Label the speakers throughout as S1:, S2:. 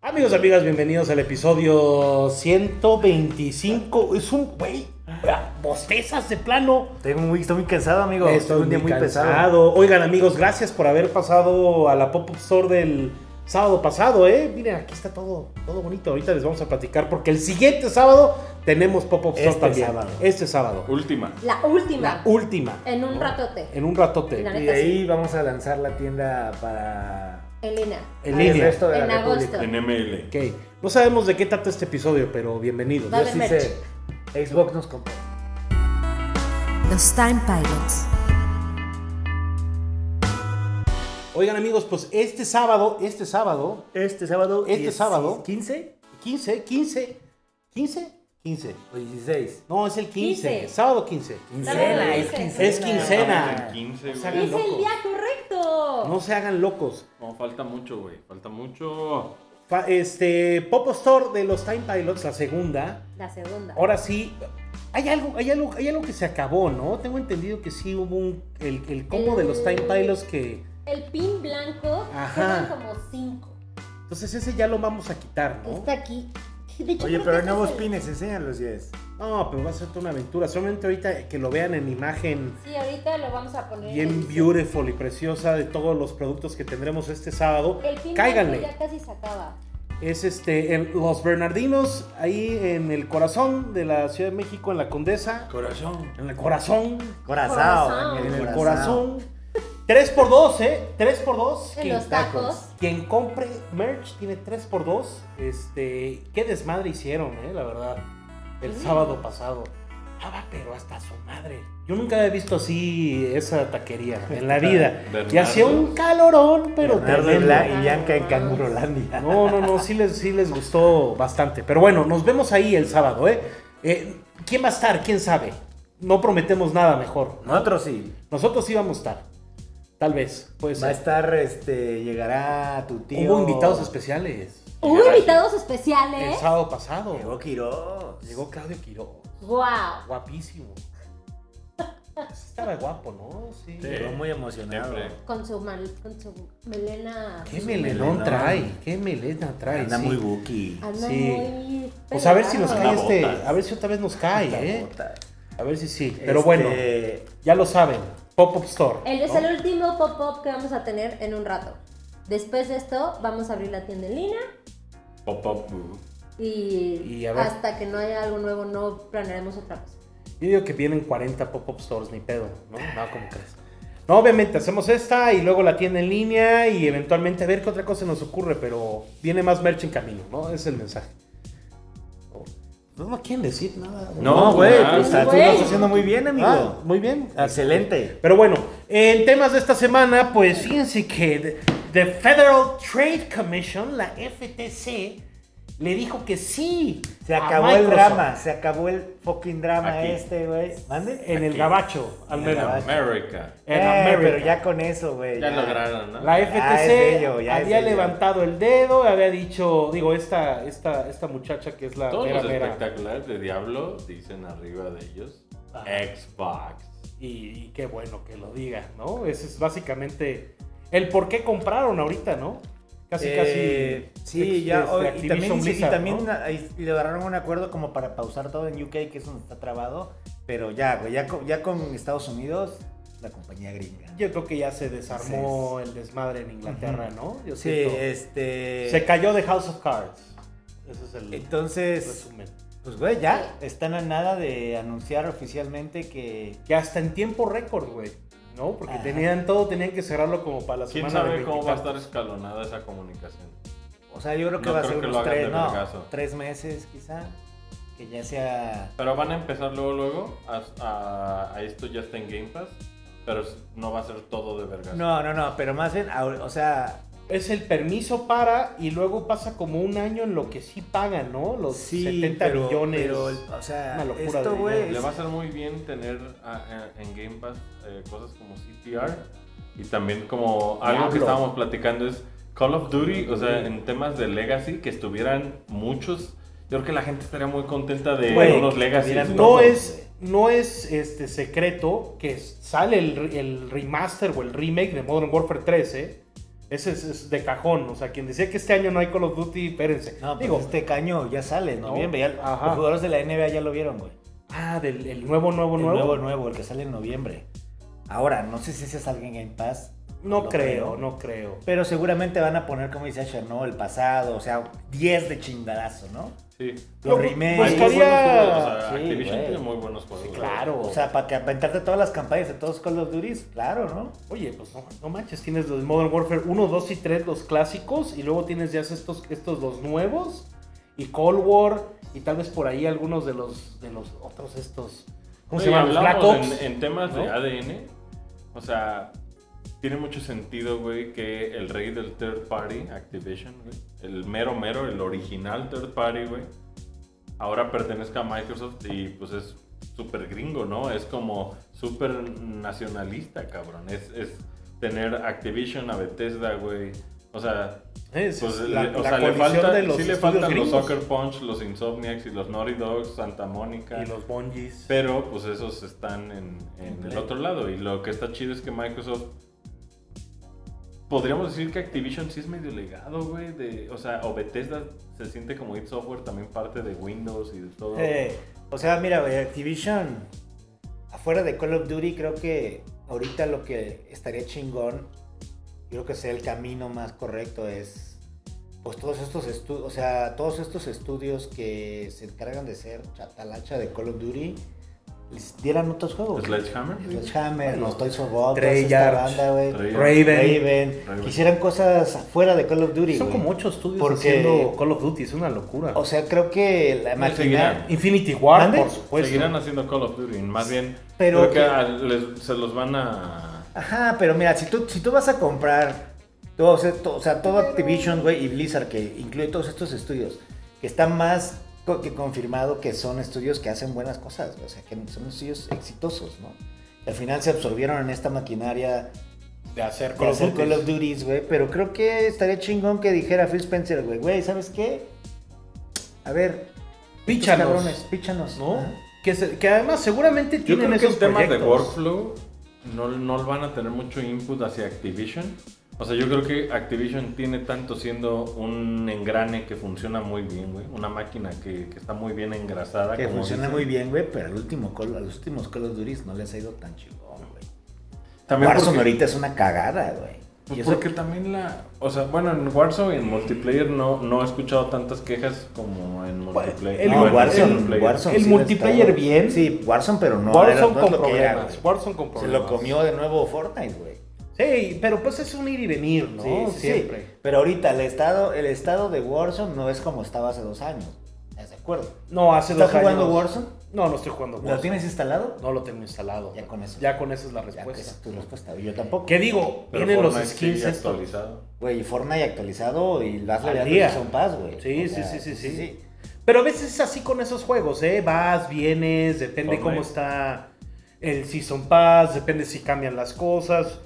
S1: Amigos, amigas, bienvenidos al episodio 125. Es un, güey, bostezas de plano.
S2: Estoy muy, estoy muy cansado, amigo.
S1: Estoy
S2: un día muy pesado.
S1: cansado. Oigan, amigos, gracias por haber pasado a la Pop-Up Store del sábado pasado, ¿eh? Miren, aquí está todo, todo bonito. Ahorita les vamos a platicar porque el siguiente sábado tenemos Pop-Up Store
S2: Este
S1: también.
S2: sábado.
S1: Este sábado.
S3: Última.
S4: La última.
S1: La última.
S4: en un ratote.
S1: En un ratote.
S4: La
S2: Y de
S4: neta,
S2: ahí vamos a lanzar la tienda para
S4: En línea.
S1: En
S2: el
S1: línea.
S2: resto de
S4: En
S2: la
S4: agosto.
S2: República.
S3: En ML.
S1: Ok. No sabemos de qué trata este episodio, pero bienvenidos.
S4: Va a
S2: Yo
S4: haber
S2: sí
S4: merch.
S2: sé. Xbox nos compró.
S5: Los Time Pilots.
S1: Oigan, amigos, pues este sábado, este sábado,
S2: Este sábado.
S1: Este sábado.
S2: 15
S1: 15, 15, 15, 15.
S2: o 16.
S1: No, es el 15,
S4: 15.
S1: sábado 15.
S4: Quincena, es quincena.
S1: Es quincena.
S3: Estamos en 15,
S1: O sea,
S3: güey.
S4: Es el día correcto.
S1: No se hagan locos.
S3: No, falta mucho, güey. Falta mucho.
S1: Fa- Este, Pop Store de los Time Pilots, la segunda.
S4: La segunda.
S1: Ahora sí, hay algo, hay algo, hay algo que se acabó, ¿no? Tengo entendido que sí hubo un, el, el combo de los Time Pilots que...
S4: El pin blanco
S1: Ajá.
S4: fueron como cinco.
S1: Entonces ese ya lo vamos a quitar, ¿no?
S4: Está aquí. De hecho,
S2: Oye,
S4: creo
S2: pero
S4: que
S2: hay nuevos
S4: este es
S2: pines, enséñalos, Jess.
S1: No, pero va a ser toda una aventura. Solamente ahorita que lo vean en imagen
S4: el- Sí, ahorita lo vamos a poner. en
S1: bien
S4: el-
S1: beautiful y preciosa de todos los productos que tendremos este sábado.
S4: El pin
S1: Cáiganle.
S4: blanco ya casi se acaba.
S1: Es este, en Los Bernardinos, ahí en el corazón de la Ciudad de México, en la Condesa.
S3: Corazón.
S1: En el corazón.
S2: Corazao. Ah,
S4: Corazao.
S1: En el
S2: Corazao.
S1: corazón. 3x2, ¿eh? 3x2.
S4: En
S1: Quien,
S4: los tacos.
S1: quien compre merch tiene 3x2. Este, qué desmadre hicieron, ¿eh? La verdad. El sábado pasado. Estaba, pero hasta su madre. Yo nunca había visto así esa taquería en la vida. Y
S3: Bernardo.
S1: hacía un calorón, pero
S2: Bernardo y
S1: tremendo.
S2: la- y Bianca en Cangurolandia.
S1: No, no, no, sí les, sí les gustó bastante. Pero bueno, nos vemos ahí el sábado, ¿eh? Eh, quién va a estar? ¿Quién sabe? No prometemos nada mejor.
S2: Nosotros sí.
S1: Nosotros sí vamos a estar. Tal vez, puede
S2: Va
S1: ser.
S2: a estar, este, llegará tu tío.
S1: Hubo invitados especiales.
S4: Hubo invitados especiales.
S1: El sábado pasado.
S2: Llegó
S1: Llegó,
S2: Quiroz.
S1: Claudio Quiroz.
S4: Wow.
S1: Guapísimo. Estaba guapo, ¿no? Sí.
S3: Sí.
S2: Llegó muy emocionado.
S3: Siempre.
S4: Con su, mal- con su melena.
S1: Qué
S2: Su
S1: melenón
S2: melenón.
S1: trae. Qué melena trae.
S2: Anda
S1: sí.
S2: muy buki.
S4: Anda
S1: Sí.
S4: muy.
S1: Pues a ver si nos cae
S4: pelado.
S1: este.
S3: Botas.
S1: A ver si otra vez nos cae, ¿eh?
S2: Botas.
S1: A ver si sí. Pero
S2: Este,
S1: bueno. Ya lo saben, Pop-Up Store.
S4: El- es
S1: ¿no?
S4: el último pop-up que vamos a tener en un rato. Después de esto, vamos a abrir la tienda en línea
S3: Pop, pop, boo.
S4: y,
S1: Y a ver.
S4: hasta que no haya algo nuevo, no planearemos otra cosa.
S1: Yo digo que vienen 40 Pop-Up Stores, ni pedo, ¿no? No, ¿cómo crees? No, obviamente hacemos esta y luego la tienda en línea y eventualmente a ver qué otra cosa nos ocurre, pero viene más merch en camino, ¿no? Es el mensaje. No, no quieren decir nada.
S2: No, güey,
S3: Ah,
S2: pues,
S4: sí,
S2: tú lo
S4: güey.
S2: estás haciendo muy bien, amigo.
S1: Ah, muy bien.
S2: Excelente.
S1: Pero bueno, en temas de esta semana, pues fíjense que the- The Federal Trade Commission, la FTC, le dijo que sí.
S2: Se
S1: a
S2: acabó el
S1: Microsoft.
S2: drama, se acabó el fucking drama
S3: Aquí.
S2: este, güey. ¿Mande?
S1: En el
S3: Aquí.
S1: gabacho, al
S2: En el
S1: menos.
S2: gabacho.
S3: America.
S1: En
S2: Eh,
S1: América.
S2: pero ya con eso, güey.
S3: Ya lograron, ¿no?
S1: La
S2: Ya
S1: FTC
S2: es bello, ya es
S1: había
S2: bello.
S1: levantado el dedo, había dicho, digo, esta, esta, esta muchacha que es la
S3: Todos
S1: mera,
S3: los
S1: mera,
S3: espectaculares de Diablo dicen arriba de ellos Xbox.
S1: y, y qué bueno que lo diga, ¿no? Ese es básicamente el por qué compraron ahorita, ¿no? Casi,
S2: Eh,
S1: casi.
S2: Sí,
S1: ex-
S2: ya.
S1: este,
S2: hoy- y
S1: Activision
S2: también, dice- y
S1: Blizzard,
S2: también
S1: ¿no?
S2: ahí lograron un acuerdo como para pausar todo en UK, que es donde está trabado. Pero ya, güey, ya con, ya con Estados Unidos, la compañía gringa.
S1: Yo creo que ya se desarmó el desmadre en Inglaterra, ¿no? Yo
S2: Sí,
S1: siento.
S2: este.
S1: Se cayó de House of Cards. Ese es el
S2: Entonces,
S1: resumen.
S2: pues, güey, ya están a nada de anunciar oficialmente que
S1: Que hasta en tiempo récord, güey. ¿No? Porque
S2: Ajá.
S1: tenían todo, tenían que cerrarlo como para la
S3: ¿Quién
S1: semana.
S3: sabe
S1: del
S3: cómo va a
S1: 24.
S3: estar escalonada esa comunicación?
S2: O sea, yo creo que
S3: No
S2: va a
S3: creo
S2: ser
S3: que lo
S2: unos
S3: hagan
S2: tres,
S3: de
S2: no,
S3: vergazo.
S2: tres meses quizá, que ya sea...
S3: Pero van a empezar luego, luego. A, a- a esto ya está en Game Pass. Pero no va a ser todo de vergas.
S2: No, no, no, pero más bien, ahor- o sea,
S1: es el permiso para y luego pasa como un año en lo que sí pagan, ¿no? Los
S2: sí,
S1: 70
S2: pero-
S1: Pues, millones.
S2: pero, o sea,
S1: Una locura de
S2: esto, güey,
S1: dinero.
S3: Le
S2: es-
S3: va a ser muy bien tener ah, eh, en Game Pass eh, cosas como CTR y también como algo que
S1: Diablo.
S3: estábamos platicando es Call of Duty, o sea, en temas de Legacy, que estuvieran muchos. Yo creo que la gente estaría muy contenta de
S1: Güey,
S3: unos
S2: que
S3: Legacy.
S1: no
S2: estuvieran todos,
S1: es, no es este secreto que sale el, re- el remaster o el remake de Modern Warfare 3, ¿eh? Ese es, es de cajón. O sea, quien decía que este año no hay Call of Duty, espérense.
S2: No, pues
S1: Digo,
S2: este caño ya sale en
S1: No.
S2: noviembre. ya-
S1: Ajá.
S2: los jugadores de la NBA ya lo vieron, güey.
S1: ah, del el nuevo, nuevo,
S2: El
S1: nuevo.
S2: nuevo, nuevo, el que sale en noviembre. Ahora, no sé si ese salga en Game Pass.
S1: No
S2: Lo
S1: creo, no creo.
S2: Pero seguramente van a poner, como dice Asher, ¿no? El pasado, o sea, 10 de chingadazo, ¿no?
S3: Sí.
S1: Yo pues,
S2: Los remakes.
S3: Hay muy buenos
S1: Buscaría-
S3: juegos, o sea,
S2: Sí,
S3: Activision
S2: güey.
S3: tiene muy buenos juegos.
S1: Sí,
S3: güey.
S1: claro.
S2: O sea, para que aventarte todas las campañas de todos Call of Duty, claro, ¿no?
S1: Oye, pues no, no manches, tienes los Modern Warfare 1, 2 y 3, los clásicos, y luego tienes ya estos, estos dos nuevos, y Cold War, y tal vez por ahí algunos de los, de los otros estos, ¿cómo se
S3: Oye,
S1: llaman? Los Black
S3: hablamos
S1: Ops.
S3: En, en temas de
S1: ¿no?
S3: ADN, o sea, tiene mucho sentido, güey, que el rey del third party, Activision, güey, el mero mero, el original third party, güey, ahora pertenezca a Microsoft y pues es súper gringo, ¿no? Es como súper nacionalista, cabrón. Es, es tener Activision a Bethesda, güey. O sea,
S1: Es-
S3: pues,
S1: la-
S3: le, o
S1: la
S3: sea, le
S1: coalición
S3: falta,
S1: de los
S3: sí le
S1: estudios
S3: faltan
S1: gringos.
S3: los Soccer Punch, los Insomniacs y los Naughty Dogs, Santa Mónica.
S1: Y los Bungies.
S3: Pero pues esos están en, en el
S2: Play.
S3: otro lado. Y lo que está chido es que Microsoft. Podríamos decir que Activision sí es medio legado, güey. de- O sea, o Bethesda se siente como id Software, también parte de Windows y de todo.
S2: Eh, o sea, mira, güey, Activision, afuera de Call of Duty, creo que ahorita lo que estaría chingón, yo creo que sea el camino más correcto es, pues todos estos estudios, o sea, todos estos estudios que se encargan de ser chatalacha de Call of Duty, les dieran otros juegos.
S3: Sledgehammer.
S2: Sledgehammer,
S1: Bueno,
S2: los Toys of Bob,
S1: Treyarch,
S2: banda, güey.
S3: Treyarch,
S1: Raven.
S2: Raven.
S3: Raven.
S2: Quisieran cosas afuera de Call of Duty.
S1: Son
S2: güey.
S1: como ocho estudios
S2: Porque-
S1: haciendo Call of Duty, es una locura.
S2: O sea, creo que la
S3: No
S2: máquina.
S3: seguirán.
S1: Infinity War,
S2: ¿Mande?
S1: por supuesto.
S3: Seguirán haciendo Call of Duty. Más bien,
S2: Pues Pero
S3: creo que
S2: que-
S3: a- les- se los van a.
S2: Ajá, pero mira, si tú, si tú vas a comprar todo, o sea, to- o sea, todo Activision, güey, y Blizzard, que incluye todos estos estudios, que está más co- que confirmado que son estudios que hacen buenas cosas, güey, o sea, que son estudios exitosos, ¿no? Que al final se absorbieron en esta maquinaria
S1: de hacer
S2: de hacer Call of Duties, güey, pero creo que estaría chingón que dijera Phil Spencer, güey, güey, ¿sabes qué? A ver, estos
S1: Píchanos,
S2: cabrones, píchanos,
S1: ¿no?
S2: Ajá.
S1: Que, se- que además seguramente
S3: Yo
S1: tienen
S3: creo que
S1: esos
S3: en temas de
S1: proyectos.
S3: workflow no, no van a tener mucho input hacia Activision. O sea, yo creo que Activision tiene tanto siendo un engrane que funciona muy bien, güey. Una máquina que, que está muy bien engrasada.
S2: Que
S3: como
S2: funciona
S3: dicen.
S2: muy bien, güey, pero al último, Call- a los últimos Call of Duty no les ha ido tan chingón, güey.
S3: También
S2: Warzone
S3: porque,
S2: ahorita es una cagada, güey.
S3: pues
S2: Y eso-
S3: porque también la... O sea, bueno, en Warzone y en multiplayer no, no he escuchado tantas quejas como en multiplayer.
S1: el-
S2: No,
S3: Digo,
S2: Pues,
S3: en
S2: Warzone,
S3: multiplayer.
S2: Warzone
S1: El
S2: sí
S1: multiplayer
S2: está-
S1: bien.
S2: Sí, Warzone, pero no.
S1: Warzone
S2: era- no es
S1: con
S2: lo que era,
S1: problemas,
S2: güey.
S1: Warzone con
S2: Se
S1: problemas.
S2: lo comió de nuevo Fortnite, güey.
S1: Sí, pero pues es un ir y venir, ¿no? Siempre.
S2: Pero ahorita el estado, el estado de Warzone no es como estaba hace dos años. ¿Estás de acuerdo?
S1: No, hace
S2: ¿Estás
S1: dos años.
S2: jugando Warzone?
S1: No, no estoy jugando Warzone.
S2: ¿Lo tienes instalado?
S1: No pues, lo tengo instalado.
S2: Ya con eso.
S1: Ya con eso es la
S2: Ya, esa
S1: respuesta.
S2: es tu respuesta. Yo tampoco.
S1: ¿Qué digo?
S3: Pero
S1: Vienen los
S3: Fortnite
S1: skins
S3: sigue
S1: estos.
S3: actualizado.
S2: Güey, Fortnite actualizado y vas
S1: Al
S2: la
S1: día.
S2: vida son paz, güey.
S1: Sí, sí,
S2: O sea,
S1: sí, sí, sí. Pero a veces es así con esos juegos, ¿eh? Vas, vienes, depende
S3: Fortnite.
S1: cómo está el Season Pass, depende si cambian las cosas.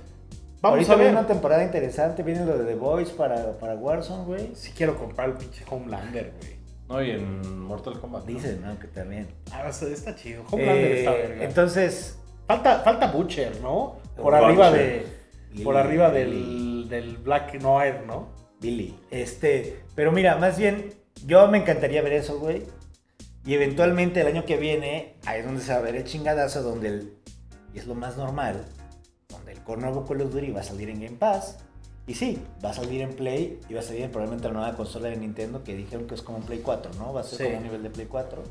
S1: Vamos
S2: Ahorita
S1: a ver.
S2: viene una temporada interesante, viene lo de The Voice para, para Warzone, güey.
S1: Si quiero comprar el pinche Homelander, güey.
S3: No, y en Mortal Kombat. ¿no?
S2: Dicen, ¿no? Que también.
S1: Ah, está, está chido. Homelander
S2: Eh,
S1: está verga.
S2: Entonces,
S1: Falta, falta Butcher, ¿no? Por
S3: Butcher.
S1: arriba de. Por
S2: Lily,
S1: arriba
S2: Lily.
S1: del, del Black Noir, ¿no?
S2: Billy, este, pero mira, más bien, yo me encantaría ver eso, güey. Y eventualmente el año que viene, ahí es donde se va a ver el chingadazo, donde el, y es lo más normal, donde el nuevo Call of Duty va a salir en Game Pass. Y sí, va a salir en Play y va a salir probablemente la nueva consola de Nintendo que dijeron que es como un Play 4, ¿no? Va a ser
S1: Sí.
S2: como un nivel de Play 4.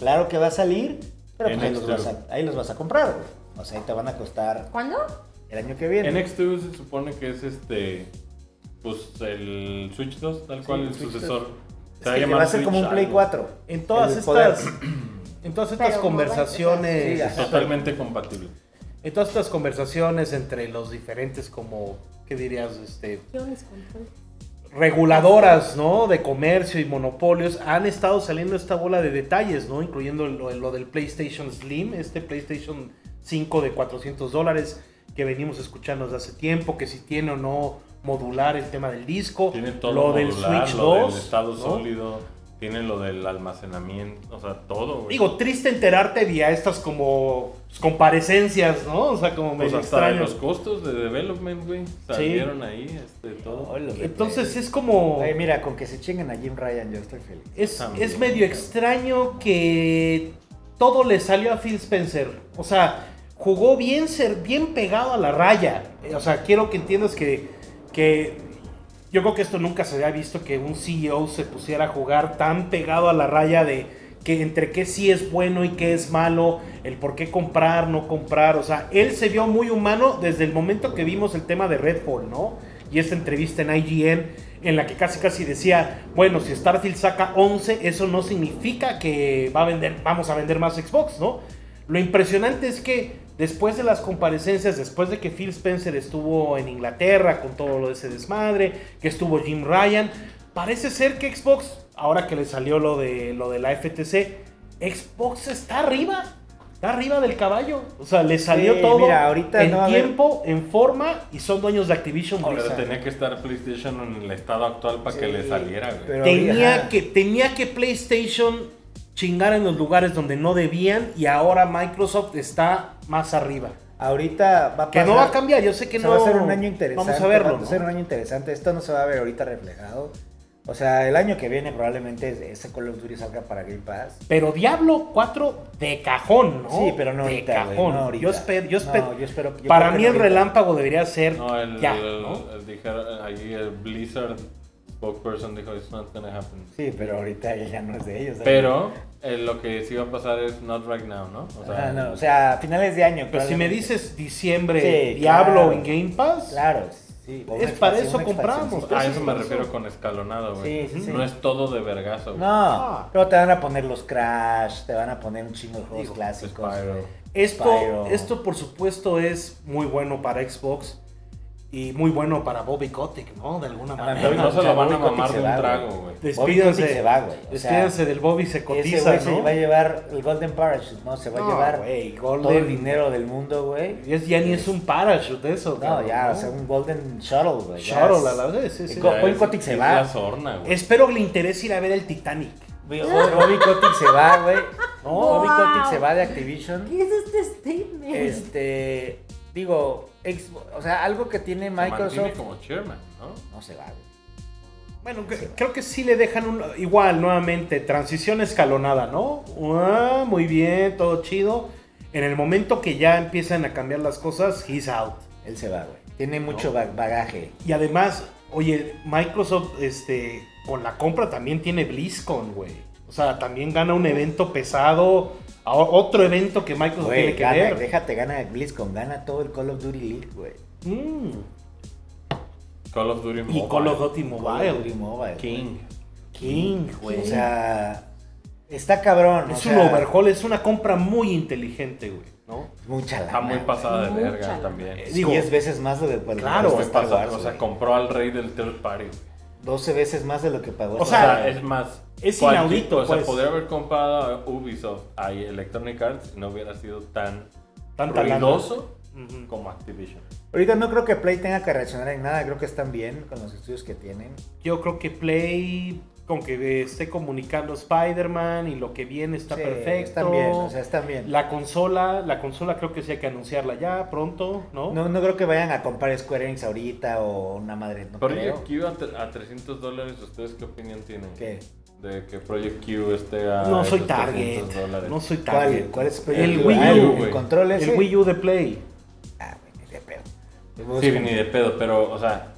S2: Claro que va a salir, pero
S3: En
S2: pues ahí, los
S3: Xbox.
S2: vas a, ahí los vas a comprar, güey. O sea, ahí te van a costar
S4: ¿Cuándo?
S2: el año que viene.
S3: NX2 se supone que es este. Pues el Switch 2, tal
S2: Sí,
S3: cual
S2: el
S3: el
S2: Switch
S3: sucesor.
S2: Es
S3: Se va a
S2: que
S3: llamar
S2: va a ser como
S3: Switch
S2: un Play
S3: algo.
S2: 4.
S1: En todas
S2: El poder.
S1: estas. En todas estas
S4: Pero mobile,
S1: conversaciones.
S2: exacto.
S3: Totalmente compatible.
S1: En todas estas conversaciones entre los diferentes, como. ¿Qué dirías? Este.
S4: Yo mis controles.
S1: reguladoras, ¿no? De comercio y monopolios, han estado saliendo esta bola de detalles, ¿no? Incluyendo lo, lo del PlayStation Slim, este PlayStation 5 de 400 dólares que venimos escuchando desde hace tiempo, que si tiene o no modular el tema del disco,
S3: Tiene todo
S1: lo del
S3: modular,
S1: Switch
S3: lo del
S1: 2,
S3: estado
S1: ¿no?
S3: sólido, Tiene lo del almacenamiento, o sea, todo, güey.
S1: Digo, triste enterarte vía estas como pues, comparecencias, ¿no? O sea, como
S3: pues
S1: medio
S3: hasta de
S1: extraño.
S3: los costos de development, güey. Salieron ahí, este, todo.
S2: Hola,
S1: Entonces
S2: güey.
S1: es como...
S2: Ay, mira, con que se chinguen a Jim Ryan, yo estoy feliz.
S1: Es,
S3: También.
S1: es medio extraño que todo le salió a Phil Spencer. O sea, jugó bien, ser bien pegado a la raya. Eh, O sea, quiero que entiendas que, que yo creo que esto nunca se había visto que un CEO se pusiera a jugar tan pegado a la raya de que entre qué sí es bueno y qué es malo, el por qué comprar, no comprar. O sea, él se vio muy humano desde el momento que vimos el tema de Red Bull, ¿no? Y esta entrevista en IGN en la que casi casi decía, bueno, si Starfield saca 11, eso no significa que va a vender, vamos a vender más Xbox, ¿no? Lo impresionante es que después de las comparecencias, después de que Phil Spencer estuvo en Inglaterra con todo lo de ese desmadre, que estuvo Jim Ryan, parece ser que Xbox, ahora que le salió lo de, lo de la FTC, Xbox está arriba, está arriba del caballo. O sea, le salió
S2: Sí,
S1: todo
S2: mira, ahorita
S1: en
S2: no va a haber-
S1: tiempo, en forma, y son dueños de Activision
S3: Pero
S1: Blizzard.
S3: tenía que estar PlayStation en el estado actual para que
S2: Sí,
S3: le saliera, güey.
S2: pero-
S1: tenía
S2: Ajá.
S1: que, tenía que PlayStation chingar en los lugares donde no debían y ahora Microsoft está más arriba.
S2: Ahorita va a
S1: Que
S2: pasar-
S1: no va a cambiar, yo sé que
S2: o sea,
S1: no.
S2: va a ser un año interesante.
S1: Vamos a verlo.
S2: Va a
S1: ¿no?
S2: ser un año interesante. Esto no se va a ver ahorita reflejado. O sea, el año que viene probablemente ese Call of Duty salga para Game Pass.
S1: Pero Diablo 4 de cajón, ¿no?
S2: Sí, pero no
S1: de
S2: ahorita, güey,
S1: cajón.
S2: no ahorita.
S1: Yo espero, yo
S2: No,
S1: espero.
S2: yo espero- yo
S1: para
S2: creo que
S1: mí
S2: no
S1: el
S2: ahorita.
S1: relámpago debería ser
S3: No, el,
S1: ya,
S3: el-
S1: ¿no?
S3: el dijeron- ahí el Blizzard spokesperson dijo, it's not gonna happen.
S2: Sí, pero ahorita ya no es de ellos. ¿sabes?
S3: Pero eh, lo que sí va a pasar es not right now, ¿no? O sea,
S2: Ajá, Ah, no, o sea, a finales de año.
S1: Pero si me
S2: probablemente.
S1: dices diciembre
S2: Sí,
S1: Diablo
S2: claro.
S1: en Game Pass,
S2: Claro, sí. o una
S1: Es para
S2: expansión,
S1: eso
S2: una expansión.
S1: compramos.
S3: a eso me refiero con escalonado, güey.
S2: Sí, sí, sí.
S3: No es todo de vergazo, güey.
S1: Ah.
S2: No, pero te van a poner los Crash, te van a poner un chingo de juegos
S1: Digo, pues,
S2: clásicos.
S3: Spyro.
S1: Esto,
S2: Spyro.
S1: esto por supuesto es muy bueno para Xbox y muy bueno para Bobby Kotick, ¿no? De alguna
S2: Ah,
S1: manera.
S3: Pero no se
S2: Ya,
S3: lo van a
S2: Bobby Kotick
S3: mamar
S2: se
S3: de un
S2: va,
S3: trago,
S2: güey.
S3: güey.
S1: Despídanse.
S2: Bobby Kotick se va, güey. O sea,
S1: Despídanse del Bobby se
S2: Ese
S1: cotiza,
S2: güey se
S1: ¿no?
S2: va a llevar el Golden Parachute, ¿no? Se va
S1: No,
S2: a llevar
S1: güey,
S2: todo el
S1: Golden-
S2: dinero del mundo, güey.
S1: Y es- ya ni es un parachute eso,
S2: No,
S1: cabrón,
S2: ya,
S1: ¿no?
S2: o sea, un Golden Shuttle, güey. ya
S1: Shuttle,
S2: es-
S1: a la vez, sí, sí.
S2: Go-
S3: Ya
S2: Bobby
S3: es-
S2: Kotick se
S3: es
S2: va.
S3: la sorna, güey.
S1: Espero que le interese ir a ver el Titanic.
S2: Güey, Bo- Bobby Kotick se va, güey. No,
S4: Wow.
S2: Bobby Kotick se va de Activision.
S4: ¿Qué es este statement?
S2: Este, digo, ex- o sea, algo que tiene
S3: Se mantiene
S2: Microsoft
S3: como chairman, ¿no?
S2: no se va, güey.
S1: Bueno, cre- creo que sí le dejan un, igual, nuevamente, transición escalonada, ¿no? Ah, muy bien, todo chido. En el momento que ya empiezan a cambiar las cosas, he's out.
S2: Él se va, güey. Tiene mucho ba- bagaje.
S1: Y además, oye, Microsoft este, con la compra también tiene BlizzCon, güey. O sea, también gana un evento pesado, a- otro evento que Microsoft
S2: Güey,
S1: Pues, tiene que
S2: gana,
S1: ver.
S2: déjate, gana BlizzCon, gana todo el Call of Duty League, güey.
S1: Mm.
S3: Call of Duty Mobile.
S1: Y Call of Duty
S2: Call of Duty
S1: Mobile.
S2: Mobile. güey.
S3: King.
S1: King, güey.
S2: O sea, está cabrón.
S1: es
S2: o
S1: un
S2: sea,
S1: overhaul, es una compra muy inteligente, güey. ¿no?
S2: Mucha lana.
S3: Está muy
S2: güey.
S3: pasada de
S4: Mucha
S3: verga
S4: lana.
S3: también.
S1: Eh,
S2: Es
S1: Digo,
S2: 10 veces más de lo que pagó
S1: claro,
S2: este
S3: Fue
S2: Star
S3: pasada,
S2: Wars,
S3: o sea,
S2: güey.
S3: compró al rey del third party, güey.
S2: 12 veces más de lo que pagó
S1: O
S3: O
S2: Star
S3: sea,
S2: Wars.
S1: sea,
S3: es más.
S1: es
S3: cualquier-
S1: inaudito,
S3: O sea,
S1: pues.
S3: podría haber comprado a Ubisoft a Electronic Arts y no hubiera sido tan
S1: Tanta lana.
S3: ruidoso
S1: Ujú.
S3: como Activision.
S2: Ahorita no creo que Play tenga que reaccionar en nada, creo que están bien con los estudios que tienen.
S1: Yo creo que Play, con que esté comunicando Spider-Man y lo que viene está
S2: Sí,
S1: perfecto.
S2: Están bien, o sea, están bien.
S1: La consola, la consola creo que sí hay que anunciarla ya pronto, ¿no?
S2: No, no creo que vayan a comprar Square Enix ahorita o una madre, no creo.
S3: Project Q a, tre- a 300 dólares, ¿ustedes qué opinión tienen?
S2: ¿Qué?
S3: De que Project Q esté a.
S1: No soy
S3: Ah, esos
S1: target.
S3: 300 dólares.
S1: No soy target.
S2: ¿Cuál, ¿Cuál es
S1: El
S2: Q?
S1: Wii
S2: Ah,
S1: U,
S2: el,
S3: güey.
S2: control ese.
S1: El Wii U de Play.
S2: Ah, güey, ni de pedo.
S3: Sí, ni de pedo, pero, o sea.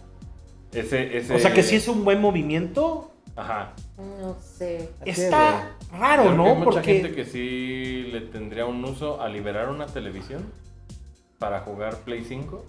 S3: Ese, ese.
S1: O sea que sí es un buen movimiento.
S3: Ajá.
S4: No sé.
S2: Así
S1: Está raro,
S3: Creo que hay
S1: ¿no?
S3: mucha gente
S1: Porque
S3: que sí le tendría un uso a liberar una televisión para jugar Play 5.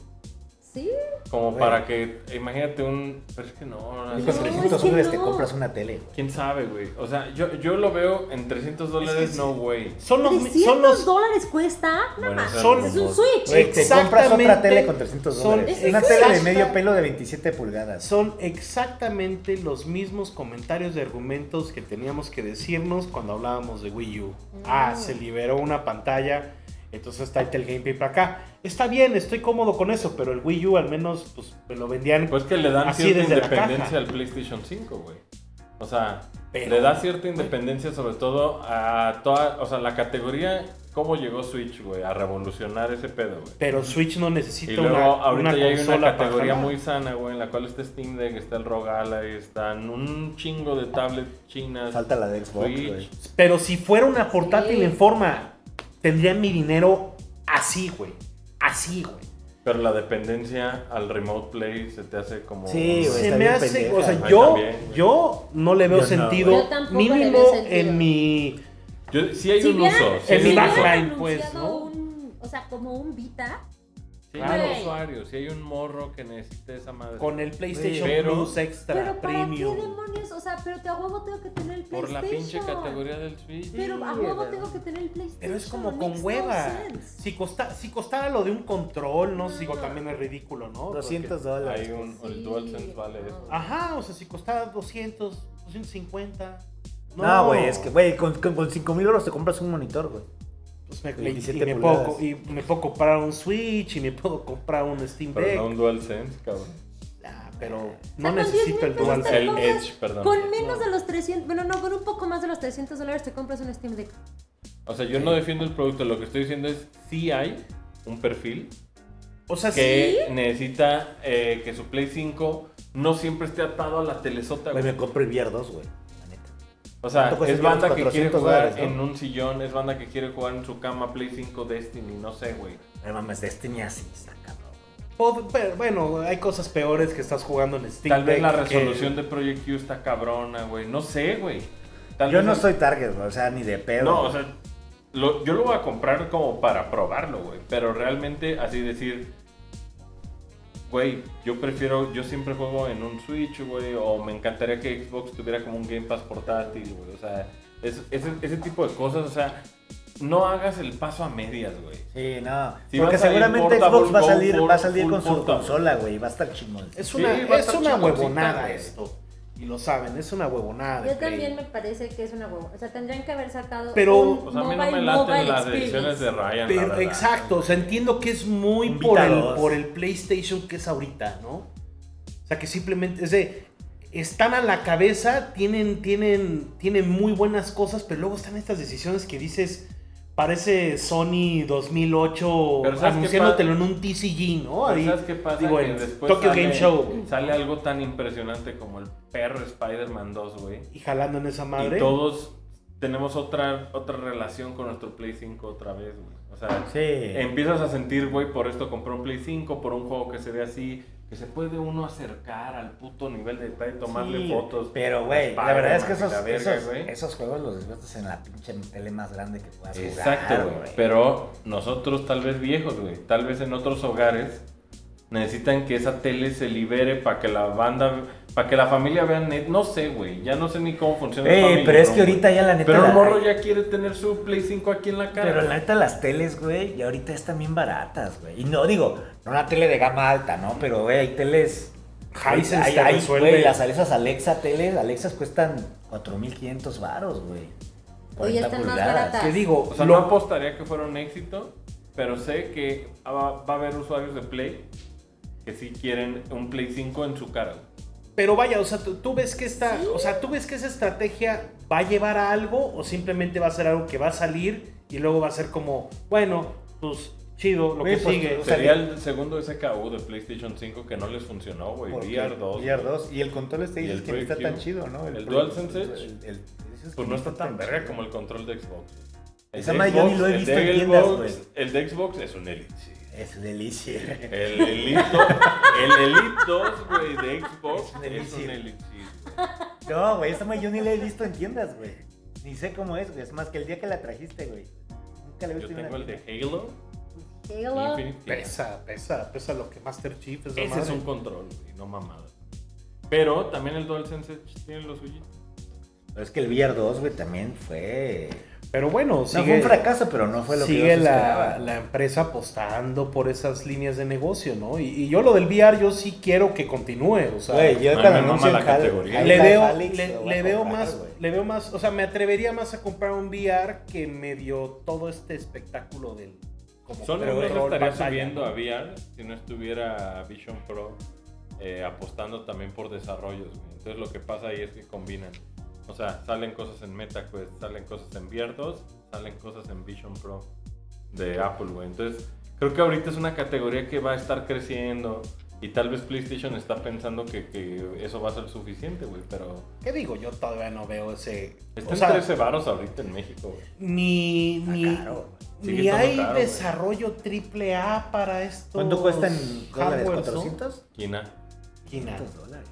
S4: ¿Sí?
S3: Como
S2: Güey.
S3: para que, imagínate un... Pero es que no, no,
S2: Y
S3: no.
S2: con
S4: No,
S2: 300
S4: es que
S2: dólares te
S4: no.
S2: compras una tele, güey.
S3: ¿Quién sabe, güey? O sea, yo, yo lo veo en 300 dólares,
S1: sí.
S3: no, güey.
S1: son los,
S4: ¿300
S1: son los
S4: dólares cuesta? No
S3: Bueno,
S4: más.
S1: son-
S4: Es un Switch.
S2: Güey, te compras otra
S1: Exactamente.
S2: tele con 300
S1: Son
S2: dólares. Una
S4: exacta-
S2: tele de medio pelo de 27 pulgadas.
S1: son exactamente los mismos comentarios de argumentos que teníamos que decirnos cuando hablábamos de Wii U.
S4: Mm.
S1: Ah, se liberó una pantalla, entonces está el Gamepad para acá. Está bien, estoy cómodo con eso, pero el Wii U al menos pues me lo vendían
S3: Pues que le dan
S1: Así
S3: cierta
S1: desde la
S3: independencia
S1: caja.
S3: al PlayStation 5, güey. O sea,
S2: Pero,
S3: Le da cierta independencia, sobre todo a toda. O sea, la categoría. ¿Cómo llegó Switch, güey? A revolucionar ese pedo, güey.
S1: Pero Switch no
S3: Y
S1: necesita
S3: luego,
S1: una,
S3: ahorita
S1: una
S3: ya hay
S1: consola
S3: una
S1: para
S3: categoría
S1: jalar.
S3: muy sana, güey, en la cual está Steam Deck, está el Rogala, están un chingo de tablets chinas.
S2: Falta la de Xbox,
S3: Switch.
S2: güey.
S1: Pero si fuera una portátil
S4: Sí.
S1: en forma, tendría mi dinero así, güey. Así, güey.
S3: Pero la dependencia al remote play se te hace como.
S2: Sí, güey.
S1: Se me
S2: está bien
S1: hace,
S2: pendeja.
S1: o sea,
S3: Ay,
S1: yo,
S3: también, güey.
S1: yo no le veo
S2: Yo no,
S1: sentido
S4: güey. Yo tampoco le veo
S1: mínimo
S4: sentido.
S1: en mi...
S3: Yo- sí hay
S4: Si
S3: un uso.
S4: hubieran-
S3: Sí
S1: En mi
S3: hay un
S4: si hubieran
S3: uso.
S1: backline, pues,
S4: anunciado
S1: ¿no?
S4: un- O sea, como un Vita.
S3: Sí
S1: Claro.
S3: hay un usuario, si hay un morro que necesite esa madre.
S1: Con el PlayStation
S3: Pero-
S1: Plus Extra
S4: Pero para
S1: Premium.
S4: qué demonios, o sea, pero te a huevo tengo que tener el PlayStation.
S3: Por la pinche categoría del Switch.
S4: Pero a huevo tengo que tener el PlayStation.
S1: Pero es como
S4: makes
S1: con
S4: no
S1: hueva.
S4: sense.
S1: Si, costa- si costara lo de un control, no, digo, también es ridículo, ¿no? Porque-
S2: 200 dólares.
S3: Hay un, el
S4: Sí,
S3: DualSense vale
S4: no.
S3: eso.
S1: Ajá, o sea, si costara 200, 250.
S2: No, güey, es que, güey, con, con, con 5 mil euros te compras un monitor, güey.
S1: Pues me,
S2: 27
S1: y, me puedo,
S2: pulgadas.
S1: co- y me puedo comprar un Switch y me puedo comprar un Steam Deck.
S3: Pero no un DualSense, cabrón.
S1: Ah, pero
S4: O sea,
S1: no
S4: con 10,000
S1: necesito el
S4: pesos
S1: dual.
S4: te
S3: El
S4: compras-
S3: Edge, perdón.
S4: Con menos de los 300, bueno, no, con un poco más de los 300 dólares te compras un Steam Deck.
S3: O sea, yo no defiendo el producto, lo que estoy diciendo es sí hay un perfil
S1: O
S2: ¿Ah,
S1: sea,
S3: que necesita eh, que su Play 5 no siempre esté atado a la telesota.
S2: Güey,
S3: güey.
S2: me compro el VR 2, güey. la neta.
S3: O sea,
S2: ¿Cuánto cuesta
S3: es
S2: el
S3: banda
S2: Xbox?
S3: que quiere
S2: 400
S3: jugar
S2: dólares, ¿no?
S3: en un sillón, es banda que quiere jugar en su cama Play 5 Destiny, no sé, güey.
S2: No mames, Destiny así, está cabrón.
S1: pod- pero, bueno, hay cosas peores que estás jugando en Steam
S3: Tal vez
S1: Deck
S3: la
S1: que-
S3: resolución de Project Q está cabrona, güey. No sé, güey. Tal
S2: Yo
S3: vez
S2: no
S3: el-
S2: soy target, güey, o sea, ni de pedo.
S3: No, o sea, lo- yo lo voy a comprar como para probarlo, güey. Pero realmente así decir, güey, yo prefiero, yo siempre juego en un Switch, güey. O me encantaría que Xbox tuviera como un Game Pass portátil, güey. O sea, es- ese, ese tipo de cosas, o sea, no hagas el paso a medias, güey.
S2: Sí, no.
S3: Si
S2: Porque
S3: vas a ir
S2: seguramente
S3: portable,
S2: Xbox va a
S3: go
S2: salir,
S3: for
S2: va a salir
S3: full
S2: con su
S3: portable.
S2: consola, güey. Va a estar chingón.
S1: Es
S3: Sí,
S1: una,
S3: va a
S1: es
S3: estar
S1: una
S3: chingoncita,
S1: huevonada
S3: güey.
S1: esto. Y lo saben, es una huevonada. de
S4: Yo también
S1: Play.
S4: me parece que es una huevo. O sea, tendrían que haber sacado.
S1: Pero-
S4: un
S3: O sea, a mí no
S4: mobile-
S3: me laten
S4: mobile
S3: las
S4: experience.
S3: decisiones de Ryan, la
S1: Pero,
S3: verdad.
S1: exacto, o sea, entiendo que es muy
S2: Un
S1: por
S2: Vita
S1: el,
S2: 2.
S1: por el PlayStation que es ahorita, ¿no? O sea, que simplemente es de, están a la cabeza, tienen, tienen, tienen muy buenas cosas, pero luego están estas decisiones que dices, parece Sony 2008
S3: Pero ¿sabes qué
S1: anunciándotelo en
S3: pasa?
S1: un TCG, ¿no?
S3: Pero
S1: Ahí,
S3: ¿Sabes qué pasa?
S1: Digo,
S3: Que
S1: en
S3: después
S1: Tokyo
S3: sale-
S1: Game Show
S3: Sale algo tan impresionante como el perro Spider-Man 2, güey.
S1: y jalando en esa madre.
S3: Y todos tenemos otra, otra relación con nuestro Play 5 otra vez, güey. O sea,
S2: Sí.
S3: empiezas a sentir, güey, por esto compré un Play 5, por un juego que se ve así, que se puede uno acercar al puto nivel de detalle, tomarle
S2: Sí,
S3: fotos.
S2: Pero, güey, la
S3: Spider-Man
S2: verdad es que
S3: y
S2: esos,
S3: la verga,
S2: esos,
S3: güey.
S2: esos juegos los disfrutas en la pinche tele más grande que puedas jugar.
S3: Exacto, güey. Pero nosotros, tal vez viejos, güey, tal vez en otros hogares necesitan que esa tele se libere para que la banda, para que la familia vea net. No sé, güey, ya no sé ni cómo funciona. el
S2: Ey,
S3: Family
S2: pero es
S3: Room,
S2: que
S3: güey.
S2: ahorita ya la neta.
S3: Pero
S2: la-
S3: el morro ya quiere tener su Play 5 aquí en la cara.
S2: Pero la neta las teles, güey, y ahorita están bien baratas, güey. Y no digo, no una tele de gama alta, ¿no? Pero, güey, hay teles...
S1: Hisense
S2: hay,
S1: te
S2: hay,
S1: resuelve.
S2: güey, las esas Alexa teles, Alexas cuestan 4.500 varos, güey.
S4: Oye,
S2: 40
S4: están más
S2: pulgadas.
S4: baratas.
S1: Te digo,
S3: O sea,
S1: lo-
S3: no apostaría que fuera un éxito, pero sé que va, va a haber usuarios de Play que sí quieren un Play 5 en su cara.
S1: Pero vaya, o sea, tú, tú ves que esta, o sea, tú ves que esa estrategia va a llevar a algo o simplemente va a ser algo que va a salir y luego va a ser como, bueno, pues chido, lo
S2: Güey,
S1: que
S2: pues,
S1: sigue.
S2: o sea,
S3: Sería el segundo SKU de PlayStation 5 que no les funcionó, güey.
S2: Porque
S3: VR2.
S2: VR2. Y el control este
S3: Y
S2: dices
S3: el
S2: que no está
S3: Pro Q.
S2: tan chido, ¿no?
S3: El
S2: Pro-
S3: DualSense
S2: el-
S3: Edge.
S2: el- el- dices que
S3: Pues no está tan verga
S2: chido.
S3: como el control de Xbox. El
S2: Esa
S3: de
S2: madre yo ni
S3: Xbox-
S2: lo he
S3: el
S2: visto
S3: de
S2: en tiendas,
S3: Xbox-
S2: güey.
S3: El de Xbox es un Elite. sí.
S2: Es delicia.
S3: El Elite, el Elite 2, güey, de Xbox
S2: Es un
S3: es un
S2: Elite.
S3: Elite. sí, güey.
S2: No, güey, esa madre yo ni la he visto en tiendas, güey. Ni sé cómo es, güey. Es más que el día que la trajiste, güey. Nunca la he
S3: Yo
S2: visto en
S3: tengo
S2: una
S3: el de
S2: tienda.
S3: Halo.
S4: Halo.
S3: Infinite Halo.
S1: Pesa, pesa, pesa lo que Master Chief es. la
S3: Ese
S1: madre.
S3: es un control, güey, no mamada. Pero también el DualSense Edge tiene lo suyo.
S2: Pero es que el VR2, güey, también fue...
S1: Pero bueno,
S2: No, fue un fracaso, pero no fue lo
S1: sigue
S2: que yo
S1: la, la empresa apostando por esas líneas de negocio, ¿no? Y, y yo lo del VR, yo sí quiero que continúe, o sea.
S2: Güey, yo
S3: A mí
S2: cuando
S3: me mama
S2: anuncio
S3: la
S2: el Halo-
S3: categoría.
S2: Halo
S1: le veo,
S2: Alex,
S1: le,
S2: lo voy
S1: le
S2: a
S1: veo
S2: comprar,
S1: más,
S2: güey.
S1: le veo más, o sea, me atrevería más a comprar un VR que medio todo este espectáculo del como
S3: Solo
S1: control,
S3: no se estaría
S1: pantalla,
S3: subiendo
S1: ¿no?
S3: a VR si no estuviera Vision Pro eh, apostando también por desarrollos. güey. Entonces lo que pasa ahí es que combinan O sea, salen cosas en MetaQuest, salen cosas en Vier 2, salen cosas en Vision Pro de Apple, güey. Entonces, creo que ahorita es una categoría que va a estar creciendo. Y tal vez PlayStation está pensando que, que eso va a ser suficiente, güey, pero
S1: ¿Qué digo? Yo todavía no veo ese.
S3: están
S1: O sea,
S3: 13 varos ahorita en México, güey.
S1: ni, ni,
S2: caro.
S3: Sigue
S1: ni
S3: estando
S1: hay
S3: caro, güey.
S1: desarrollo triple A para esto.
S2: ¿Cuánto cuestan dólares? ¿400?
S3: Quina.
S1: Quina.
S2: 500 dólares.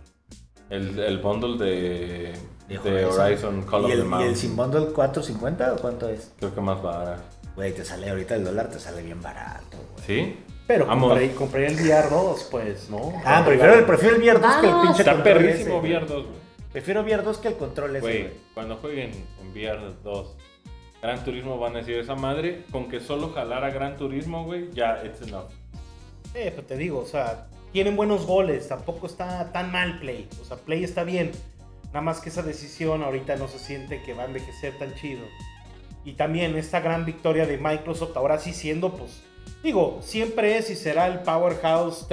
S3: El, el bundle de,
S2: De
S3: de,
S2: Horizon.
S3: Horizon, Call
S2: ¿Y
S3: of the
S2: el, ¿Y el
S3: Mountain.
S2: sin bundle 450 o cuánto es?
S3: Creo que más barata.
S2: Güey, te sale ahorita el dólar, te sale bien barato, güey.
S3: ¿Sí?
S1: Pero
S3: Vamos.
S1: compré, compré el VR2, pues, ¿no?
S2: Ah, prefiero el, prefiero el VR2 que el
S4: Vamos.
S2: pinche
S3: Está
S2: control
S3: perrísimo
S2: ese, güey.
S3: VR 2, güey.
S2: Prefiero VR2 que el control ese,
S3: Güey,
S2: güey.
S3: cuando jueguen en VR 2, Gran Turismo van a decir esa madre, con que solo jalara Gran Turismo, güey, ya it's enough.
S1: Eh, pero te digo, o sea, tienen buenos goles, tampoco está tan mal Play. O sea, Play está bien. Nada más que esa decisión ahorita no se siente que va a envejecer tan chido. Y también esta gran victoria de Microsoft, ahora sí siendo, pues, digo, siempre es y será el powerhouse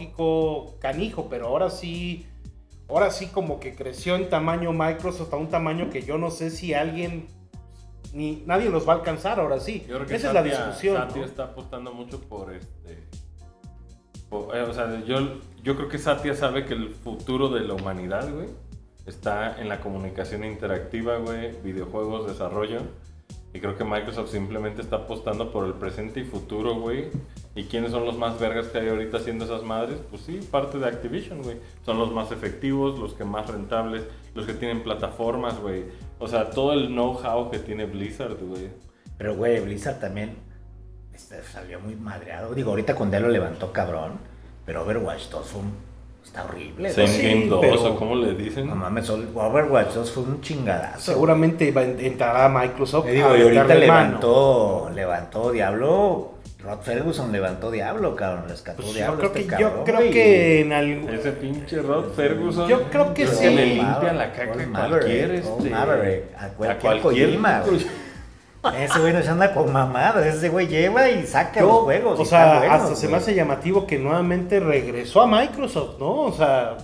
S1: tecnológico canijo, pero ahora sí, ahora sí como que creció en tamaño Microsoft a un tamaño que yo no sé si alguien, ni nadie los va a alcanzar ahora sí.
S3: Yo creo que
S1: Esa
S3: Satya-
S1: es la discusión.
S3: Satya
S1: ¿no?
S3: está apostando mucho por este. por- eh, o sea, yo, yo creo que Satya sabe que el futuro de la humanidad, güey, está en la comunicación interactiva, güey, videojuegos, desarrollo. Y creo que Microsoft simplemente está apostando por el presente y futuro, güey. ¿Y quiénes son los más vergas que hay ahorita haciendo esas madres? Pues sí, parte de Activision, güey. Son los más efectivos, los que más rentables, los que tienen plataformas, güey. O sea, todo el know-how que tiene Blizzard, güey.
S2: Pero, güey, Blizzard también este, salió muy madreado. Digo, ahorita con Dell lo levantó cabrón, pero Overwatch 2 fue un- está horrible.
S3: Same
S2: güey.
S1: Sí,
S3: Game 2,
S1: pero-
S3: o como le dicen.
S2: No mames, Overwatch 2 fue un chingadazo.
S1: Seguramente va- entrará Microsoft.
S2: Te digo,
S1: a
S2: y ahorita
S1: meterle mano.
S2: levantó, levantó Diablo. Rod Ferguson levantó Diablo, cabrón. Rescató
S1: Pues yo
S2: Diablo.
S1: creo,
S2: este
S1: que,
S2: cabrón,
S1: yo creo
S2: güey.
S1: que en algún.
S3: Ese pinche Rod Ferguson.
S1: Yo creo que
S3: se
S1: sí.
S3: le limpia
S2: Maverick,
S3: la caca
S2: Colin
S3: a cualquier.
S2: Maverick, Colin
S3: este,
S2: Maverick, a cualquier Kojima,
S3: cualquier.
S2: güey. Ese güey no se anda con mamadas. Ese güey lleva y saca
S1: Yo,
S2: los juegos.
S1: o
S2: y están
S1: sea,
S2: buenos,
S1: hasta se me
S2: güey.
S1: hace llamativo que nuevamente regresó a Microsoft, ¿no? O sea,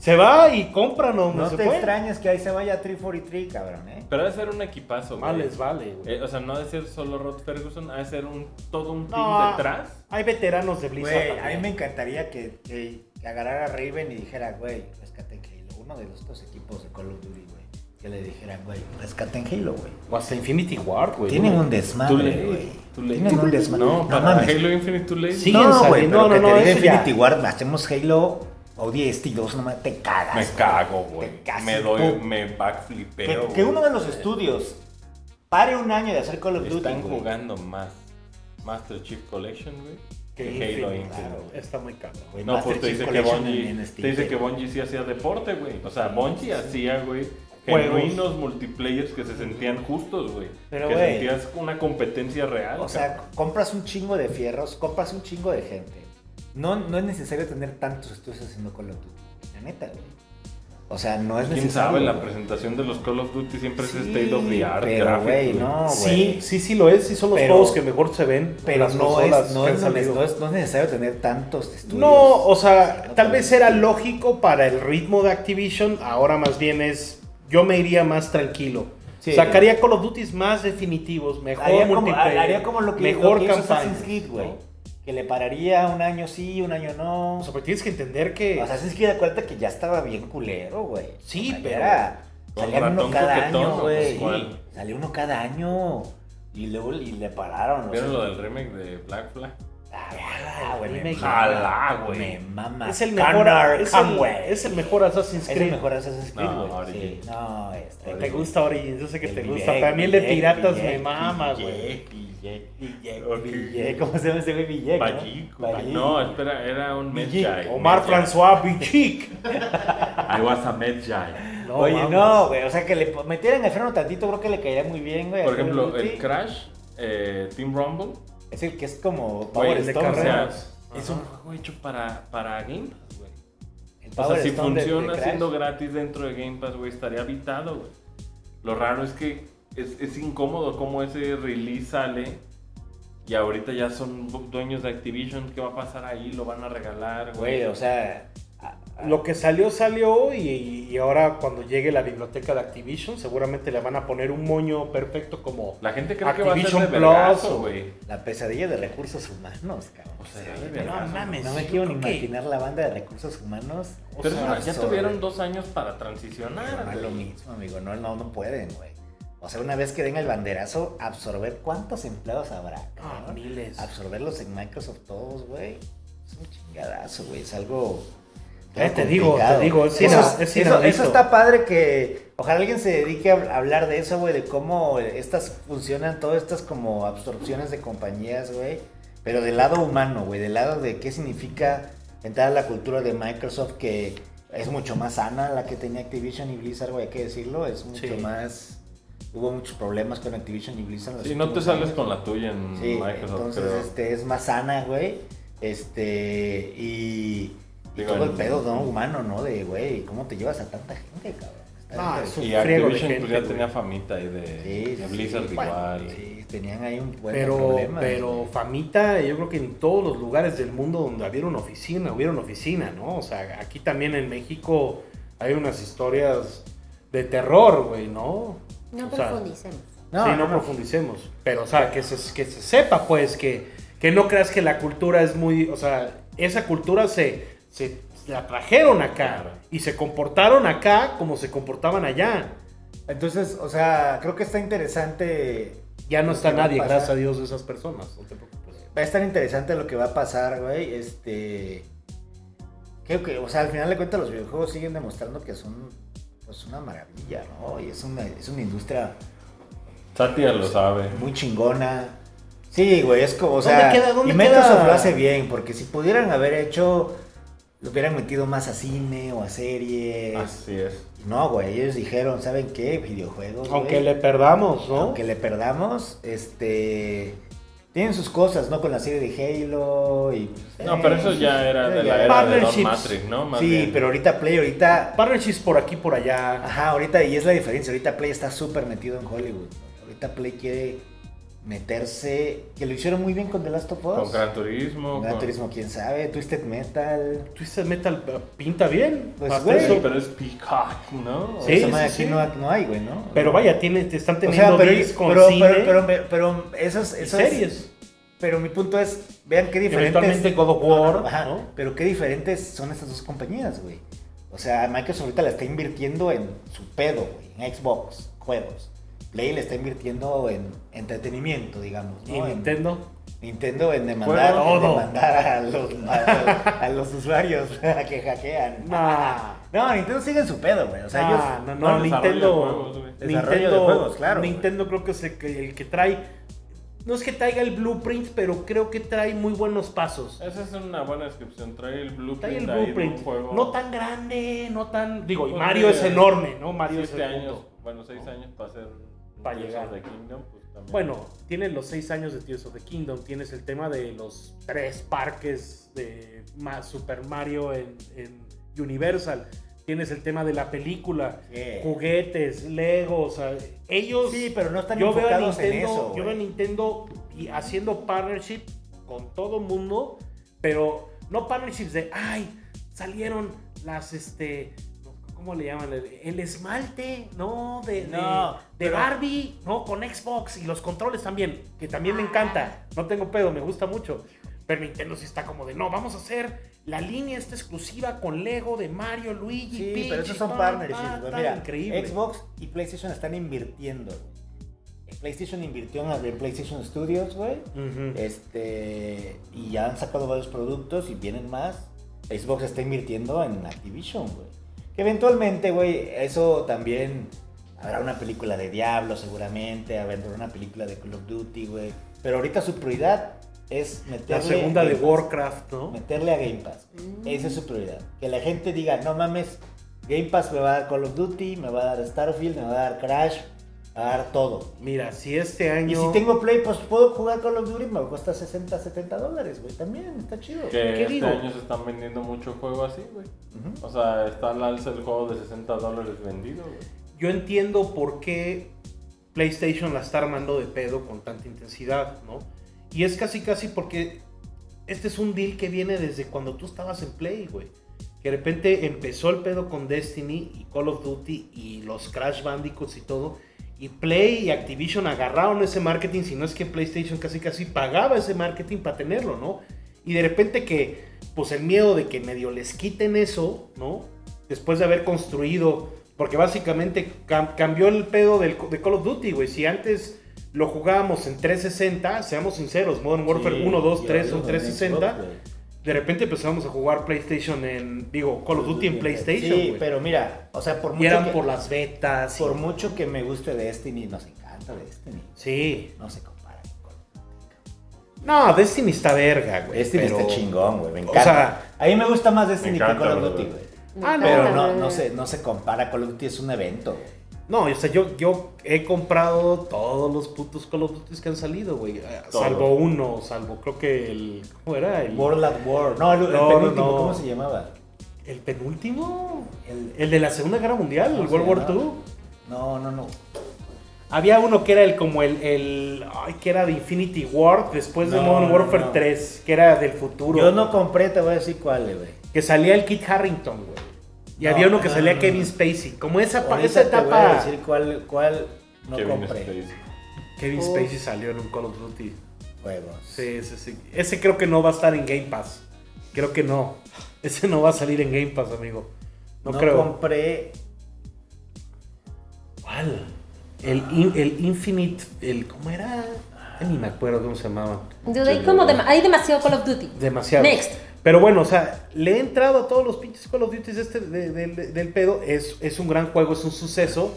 S1: se va y compra, no,
S2: No
S1: se
S2: te
S1: fue.
S2: extrañes que ahí se vaya 343, cabrón, ¿eh?
S3: Pero ha de ser un equipazo, güey.
S1: Más les vale, güey.
S3: Eh, o sea, no ha de ser solo Rod Ferguson, ha de ser un, todo un team
S1: No,
S3: detrás.
S1: Hay veteranos de Blizzard.
S2: Güey, a mí
S1: también.
S2: me encantaría que, que- que agarrara a Raven y dijera, güey, rescaten Halo. Uno de los dos equipos de Call of Duty, güey. Que le dijeran, güey, rescaten Halo, güey.
S1: O hasta Infinity War, güey.
S2: Tienen un
S3: Too
S2: desmadre,
S3: late,
S2: güey.
S3: too late.
S2: Tienen un desmadre.
S3: No, para
S2: mames.
S3: Halo Infinite Too Late.
S1: Sí. siguen
S2: No, güey,
S1: saliendo. No,
S2: pero que
S1: no,
S2: te
S1: no,
S2: diga
S1: eso ya.
S2: Infinity War, hacemos Halo, este ODST 2, nomás te cagas.
S3: Me
S2: güey.
S3: cago,
S2: Te
S3: güey.
S2: cagas,
S3: Me
S2: güey.
S3: doy, me backflipeo.
S2: Que, que
S3: güey. eh,
S2: uno de los estudios pare un año de hacer Call of Duty,
S3: Están
S2: güey.
S3: jugando más Master Chief Collection, güey, que
S1: Que
S3: Halo
S1: Infinite,
S3: Infinite,
S2: claro.
S3: güey.
S1: Está muy cabrón.
S2: Güey,
S3: No,
S2: Master
S3: pues te
S2: Chief
S3: dice, que
S2: Collection
S3: Bungie,
S2: en
S3: te
S2: Steam,
S3: dice que
S2: güey.
S3: Bungie sí hacía deporte, güey. O sea, Bungie hacía, güey,
S1: Juegos.
S3: genuinos multiplayers que se sentían justos, güey.
S2: Pero,
S3: Que
S2: güey,
S3: sentías una competencia real.
S2: O sea, compras un chingo de fierros, compras un chingo de gente. No, no es necesario tener tantos estudios haciendo Call of Duty. La neta, güey. O sea, no es
S3: quién
S2: necesario.
S3: sabe, la
S2: güey.
S3: presentación de los Call of Duty siempre
S2: Sí,
S3: es state of the art.
S2: Pero,
S3: gráficos,
S2: güey, no, güey.
S1: sí, sí, sí lo es. Sí son los
S2: Pero-
S1: juegos que mejor se ven.
S2: Pero
S1: las
S2: no
S1: consolas
S2: es, no,
S1: que
S2: es,
S1: han salido.
S2: no es- no es necesario tener tantos estudios.
S1: No, o
S2: No
S1: sea, tal vez
S2: tantos.
S1: era lógico para el ritmo de Activision, ahora más bien es, yo me iría más tranquilo.
S2: Sí.
S1: Sacaría Call of Duty más definitivos, mejor
S2: Haría como,
S1: multiplayer,
S2: haría como lo que,
S1: mejor
S2: lo que hizo
S1: campaña.
S2: Assassin's Creed, güey.
S1: ¿no?
S2: Que le pararía un año sí, un año no.
S1: O sea, pero tienes que entender que...
S2: Assassin's Creed, acuérdate que ya estaba bien culero, güey.
S1: Sí,
S2: ya
S1: pero-
S2: era-
S3: Con
S2: Salía uno
S3: ratón
S2: cada
S3: coquetón,
S2: año,
S3: ¿no?
S2: güey.
S3: Pues, ¿cuál?
S2: Salía uno cada año. Y luego y le pararon. o
S3: ¿Vieron
S2: sea,
S3: lo del remake de Black Flag?
S2: Ah, güey, me
S1: Dime que-
S2: mama,
S3: Ojalá, güey.
S2: Me mama.
S1: es el mejor,
S2: Connor
S1: es, el,
S2: Conway.
S1: es el mejor Assassin's
S2: Es
S1: Creed.
S2: el mejor Assassin's Creed,
S3: No,
S2: güey. sí.
S3: Origins.
S2: No, este.
S1: Te gusta Origins, yo sé que
S2: El
S1: te
S2: Village,
S1: gusta. Para mí el de
S2: Village,
S1: piratas
S2: Village,
S1: me mama, güey.
S2: Villec,
S3: Ok.
S2: Villec, ¿Cómo se llama ese güey? Villec. ¿no?
S3: Bajico.
S2: Bajico.
S3: No, espera, era un Medjay.
S1: Omar François Bichic.
S3: I was a Medjay.
S1: No,
S2: Oye,
S1: mames.
S2: no, güey. O sea, que le metieran el freno tantito, creo que le caería muy bien, güey.
S3: Por
S2: a Call of
S3: ejemplo, el
S2: Duty.
S3: Crash, eh, Team Rumble.
S2: Es el que es como
S3: Güey,
S2: Power
S1: el de
S2: Stone,
S1: Cars,
S2: ¿no?
S1: Ajá.
S3: es un juego hecho para, para Game Pass, güey.
S2: El
S3: O
S2: Power
S3: sea, si
S2: Stone de- de
S3: funciona
S2: Crash.
S3: siendo gratis dentro de Game Pass, güey, estaría habitado, güey. Lo raro es que es, es incómodo cómo ese release sale y ahorita ya son dueños de Activision. ¿Qué va a pasar ahí? ¿Lo van a regalar,
S2: Güey, o sea, a-
S1: Lo que salió, salió y, y ahora cuando llegue la biblioteca de Activision seguramente le van a poner un moño perfecto como...
S3: La gente cree que va a
S1: Activision
S3: ser de
S1: Plus,
S3: vergazo,
S1: o-
S3: güey.
S2: La pesadilla de recursos humanos, cabrón.
S3: O sea, de vergazo.
S2: no mames. No me quiero ni imaginar la banda de recursos humanos.
S3: Pero es una- ya
S2: Sorry.
S3: tuvieron dos años para
S2: Pero
S3: transicionar.
S2: no es
S3: güey.
S2: lo mismo, amigo. No, no, no pueden, güey. O sea, una vez que den el banderazo, absorber cuántos empleados habrá.
S1: Ah,
S2: cabrón?
S1: miles.
S2: Absorberlos en Microsoft todos, güey. Es un chingadazo, güey. Es algo.
S1: Eh, te digo, te digo, es
S2: eso,
S1: ina- es
S2: eso-
S1: inaudito.
S2: eso está padre que ojalá alguien se dedique a hablar de eso, güey, de cómo estas funcionan, todas estas como absorciones de compañías, güey, pero del lado humano, güey, del lado de qué significa entrar a la cultura de Microsoft que es mucho más sana la que tenía Activision y Blizzard, güey, hay que decirlo, es mucho
S1: Sí.
S2: más... Hubo muchos problemas con Activision y Blizzard. en los
S3: Sí, no te
S2: últimos
S3: sales
S2: años.
S3: con la tuya en
S2: Sí,
S3: Mm, Microsoft,
S2: entonces
S3: creo.
S2: este, es más sana, güey. Este, y, y
S3: Digo,
S2: todo el
S3: en-
S2: pedo ¿no? humano, ¿no? De, güey, ¿cómo te llevas a tanta gente, cabrón? Está
S1: Ah,
S2: bien,
S1: sí.
S3: Y
S1: un friego de
S3: Activision pues,
S1: gente,
S3: ya
S1: güey.
S3: tenía famita ahí de,
S2: Sí,
S3: de
S2: sí,
S3: Blizzard
S2: sí.
S3: igual.
S2: Sí, tenían ahí un buen
S1: Pero,
S2: problema. ¿eh?
S1: pero Famita, yo creo que en todos los lugares del mundo donde había una oficina, hubiera una oficina, ¿no? O sea, aquí también en México hay unas historias de terror, güey, ¿no?
S4: No
S1: O sea,
S4: profundicemos.
S2: No,
S1: sí,
S2: no,
S1: no,
S2: no.
S1: profundicemos. Pero, o sea, que se, que se sepa, pues, que, que no creas que la cultura es muy. O sea, esa cultura se, se la trajeron acá
S3: Claro.
S1: y se comportaron acá como se comportaban allá.
S2: Entonces, o sea, creo que está interesante.
S1: Ya no
S2: lo
S1: está
S2: Pues que va a
S1: nadie,
S2: pasar.
S1: gracias a Dios, de esas personas. No te preocupes.
S2: Va a estar interesante lo que va a pasar, güey. Este. Creo que, o sea, al final de cuentas, los videojuegos siguen demostrando que son pues, una maravilla, ¿no? Y es una, es una industria
S3: Satya lo sabe.
S2: muy chingona. Sí, güey, es como, o sea,
S1: ¿Dónde queda- dónde
S2: y Microsoft
S1: queda?
S2: lo hace bien, porque si pudieran haber hecho, lo hubieran metido más a cine o a series.
S1: Ah.
S3: Así es.
S2: Y No, güey, ellos dijeron, ¿saben qué? Videojuegos, güey.
S1: Aunque le perdamos, ¿no?
S2: Aunque le perdamos, este, tienen sus cosas, ¿no? Con la serie de Halo y... pues, eh,
S3: No, pero eso ya era de la era de Don
S1: Partnerships.
S3: Matrix, ¿no? Más
S2: Sí,
S3: bien.
S2: pero ahorita Play, ahorita...
S1: Partnerships por aquí, por allá.
S2: Ajá, ahorita, y es la diferencia, ahorita Play está súper metido en Hollywood. Ahorita Play quiere meterse, que lo hicieron muy bien con The Last of Us.
S3: Con Gran Turismo.
S2: Gran
S3: con-
S2: Turismo, quién sabe, Twisted Metal.
S1: Twisted Metal eh, pinta bien.
S2: Pues,
S1: hasta
S2: güey.
S1: eso.
S3: Sí, pero es Peacock, ¿no?
S1: Sí,
S2: Esa madre
S1: sí,
S2: aquí
S1: sí.
S2: No, no hay, güey, ¿no?
S1: Pero vaya, tiene, te están teniendo deals con
S2: pero,
S1: cine
S2: pero, pero, pero esos,
S1: y
S2: esos
S1: series.
S2: Pero mi punto es, vean qué
S1: Eventualmente
S2: diferentes.
S1: God of War,
S2: Ajá,
S1: ¿no?
S2: Pero qué diferentes son estas dos compañías, güey. O sea, Microsoft ahorita la está invirtiendo en su pedo, güey, en Xbox, juegos. Play le está invirtiendo en entretenimiento, digamos.
S1: Y
S2: ¿no? En-
S1: Nintendo.
S2: Nintendo en demandar,
S1: Juego
S2: en
S1: todo.
S2: demandar a, los, a, a los usuarios que hackean.
S1: Nah.
S2: No, Nintendo sigue en su pedo, güey. O sea, ellos.
S1: Ah, no,
S3: no,
S1: no,
S3: desarrollo
S1: Nintendo.
S3: de juegos, güey.
S2: Desarrollo de
S1: Nintendo,
S2: juegos, claro, güey.
S1: Nintendo creo que es el que, el que trae. No es que traiga el blueprint, pero creo que trae muy buenos pasos.
S3: Esa es una buena descripción. Trae el blueprint.
S1: Trae el
S3: ahí de Eh, un
S1: blueprint.
S3: juego.
S1: No tan grande, no tan. Digo, y
S3: Porque
S1: Mario es enorme, ¿no? Mario es
S3: siete
S1: el
S3: años,
S1: punto.
S3: bueno, seis años para hacer
S1: Para
S3: Tears
S1: llegar.
S3: of the Kingdom, pues, también.
S1: Bueno, tienes los seis años de Tears of the Kingdom, tienes el tema de los tres parques de Ma- Super Mario en, en Universal, tienes el tema de la película,
S2: Sí.
S1: juguetes, Lego, o sea, ellos...
S2: Sí, pero no están
S1: yo veo a
S2: enfocados
S1: Nintendo,
S2: en eso.
S1: yo veo a
S2: güey.
S1: Nintendo y haciendo partnership con todo mundo, pero no partnerships de, ay, salieron las, este... ¿Cómo le llaman? El, el esmalte, ¿no? De, de-
S2: No,
S1: de
S2: pero-
S1: Barbie, ¿no? Con Xbox y los controles también, que también me encanta. No tengo pedo, me gusta mucho. Pero Nintendo sí está como de, no, vamos a hacer la línea esta exclusiva con Lego de Mario, Luigi,
S2: Sí,
S1: Peach.
S2: pero esos
S1: y
S2: son
S1: pa, pa,
S2: partnerships, güey.
S1: pa,
S2: Mira,
S1: increíble.
S2: Xbox y PlayStation están invirtiendo, güey. PlayStation invirtió en en PlayStation Studios, güey.
S1: Ujú.
S2: Este. Y ya han sacado varios productos y vienen más. Xbox está invirtiendo en Activision, güey. Que eventualmente, güey, eso también. Habrá una película de Diablo, seguramente. Habrá una película de Call of Duty, güey. Pero ahorita su prioridad es meterle.
S1: La segunda de
S2: Game Pass.
S1: Warcraft, ¿no?
S2: Meterle a Game Pass. Esa es su prioridad. Que la gente diga, no mames, Game Pass me va a dar Call of Duty, me va a dar Starfield, me va a dar Crash, me va a dar todo.
S1: Mira, si este
S2: Y
S1: año...
S2: si tengo Play, pues puedo jugar Call of Duty, me cuesta 60, 70 dólares, güey. También, está chido.
S3: que
S1: ¿qué
S3: este
S1: digo?
S3: año se están vendiendo mucho juego así, güey.
S2: Ujú.
S3: O sea, está al alza el juego de 60 dólares vendido, güey.
S1: yo entiendo por qué PlayStation la está armando de pedo con tanta intensidad, ¿no? Y es casi casi porque este es un deal que viene desde cuando tú estabas en Play, güey. que de repente empezó el pedo con Destiny y Call of Duty y los Crash Bandicoots y todo. Y Play y Activision agarraron ese marketing, si no es que PlayStation casi casi pagaba ese marketing para tenerlo, ¿no? Y de repente que, pues el miedo de que medio les quiten eso, ¿no? Después de haber construido, porque básicamente cam- cambió el pedo del, de Call of Duty, güey. Si antes lo jugábamos en 360, seamos sinceros, Modern Warfare 1, 2, 3 son 360. De repente empezamos a jugar PlayStation en, digo, Call of Duty en PlayStation.
S2: Sí,
S1: güey.
S2: pero mira, o sea, por
S1: y
S2: mucho,
S1: eran
S2: que,
S1: por las betas. y-
S2: por mucho que me guste Destiny, nos encanta Destiny.
S1: Sí.
S2: No se compara con Call of Duty.
S1: No, Destiny está verga, güey.
S2: Destiny
S1: pero-
S2: está chingón, güey. Me
S1: o
S2: encanta.
S1: sea-
S2: a mí me gusta más Destiny
S3: Me encanta,
S2: que Call of
S3: brother.
S2: Duty, güey.
S1: Ah, no,
S2: Pero
S1: Encanta,
S2: no, no, se, no se compara. Call of Duty es un evento. güey.
S1: No, o sea, yo, yo he comprado todos los putos Call of Duty que han salido, güey. Eh,
S3: Todo.
S1: Salvo uno, salvo creo que el. ¿Cómo era? El,
S2: World at War. No, el, el
S1: No,
S2: penúltimo,
S1: no.
S2: ¿cómo se llamaba?
S1: el penúltimo.
S2: El-
S1: El de la Segunda Guerra Mundial, el
S2: ¿cómo se
S1: World War
S2: llamaba?
S1: II.
S2: No, no, no.
S1: Había uno que era el como el, el ay, que era de Infinity War después de
S2: No,
S1: Modern
S2: no,
S1: Warfare
S2: no.
S1: 3, que era del futuro.
S2: Yo no compré, te voy a decir cuál, güey.
S1: que salía el Kit Harrington, güey. Y
S2: No,
S1: había uno que
S2: no,
S1: salía
S2: no,
S1: Kevin
S2: no.
S1: Spacey, como esa pa-
S2: Ahorita
S1: esa
S2: te voy a
S1: etapa
S2: decir cuál, cuál no
S3: Kevin
S2: compré.
S3: Spacey.
S1: Kevin
S4: Oh.
S1: Spacey salió en un Call of Duty.
S2: Juegos.
S1: Sí, sí, sí. Ese creo que no va a estar en Game Pass. Creo que no. Ese no va a salir en Game Pass, amigo. No,
S2: no
S1: creo.
S2: compré.
S1: ¿Cuál? El, in- el Infinite, el ¿cómo era? Ya ni me acuerdo cómo se llamaba.
S4: Dude, hay, como dema- hay demasiado Call of Duty.
S1: Demasiado.
S4: Next.
S1: Pero bueno, o sea, le he entrado a todos los pinches Call of Duty este de- de- de- del pedo. Es, es un gran juego, es un suceso.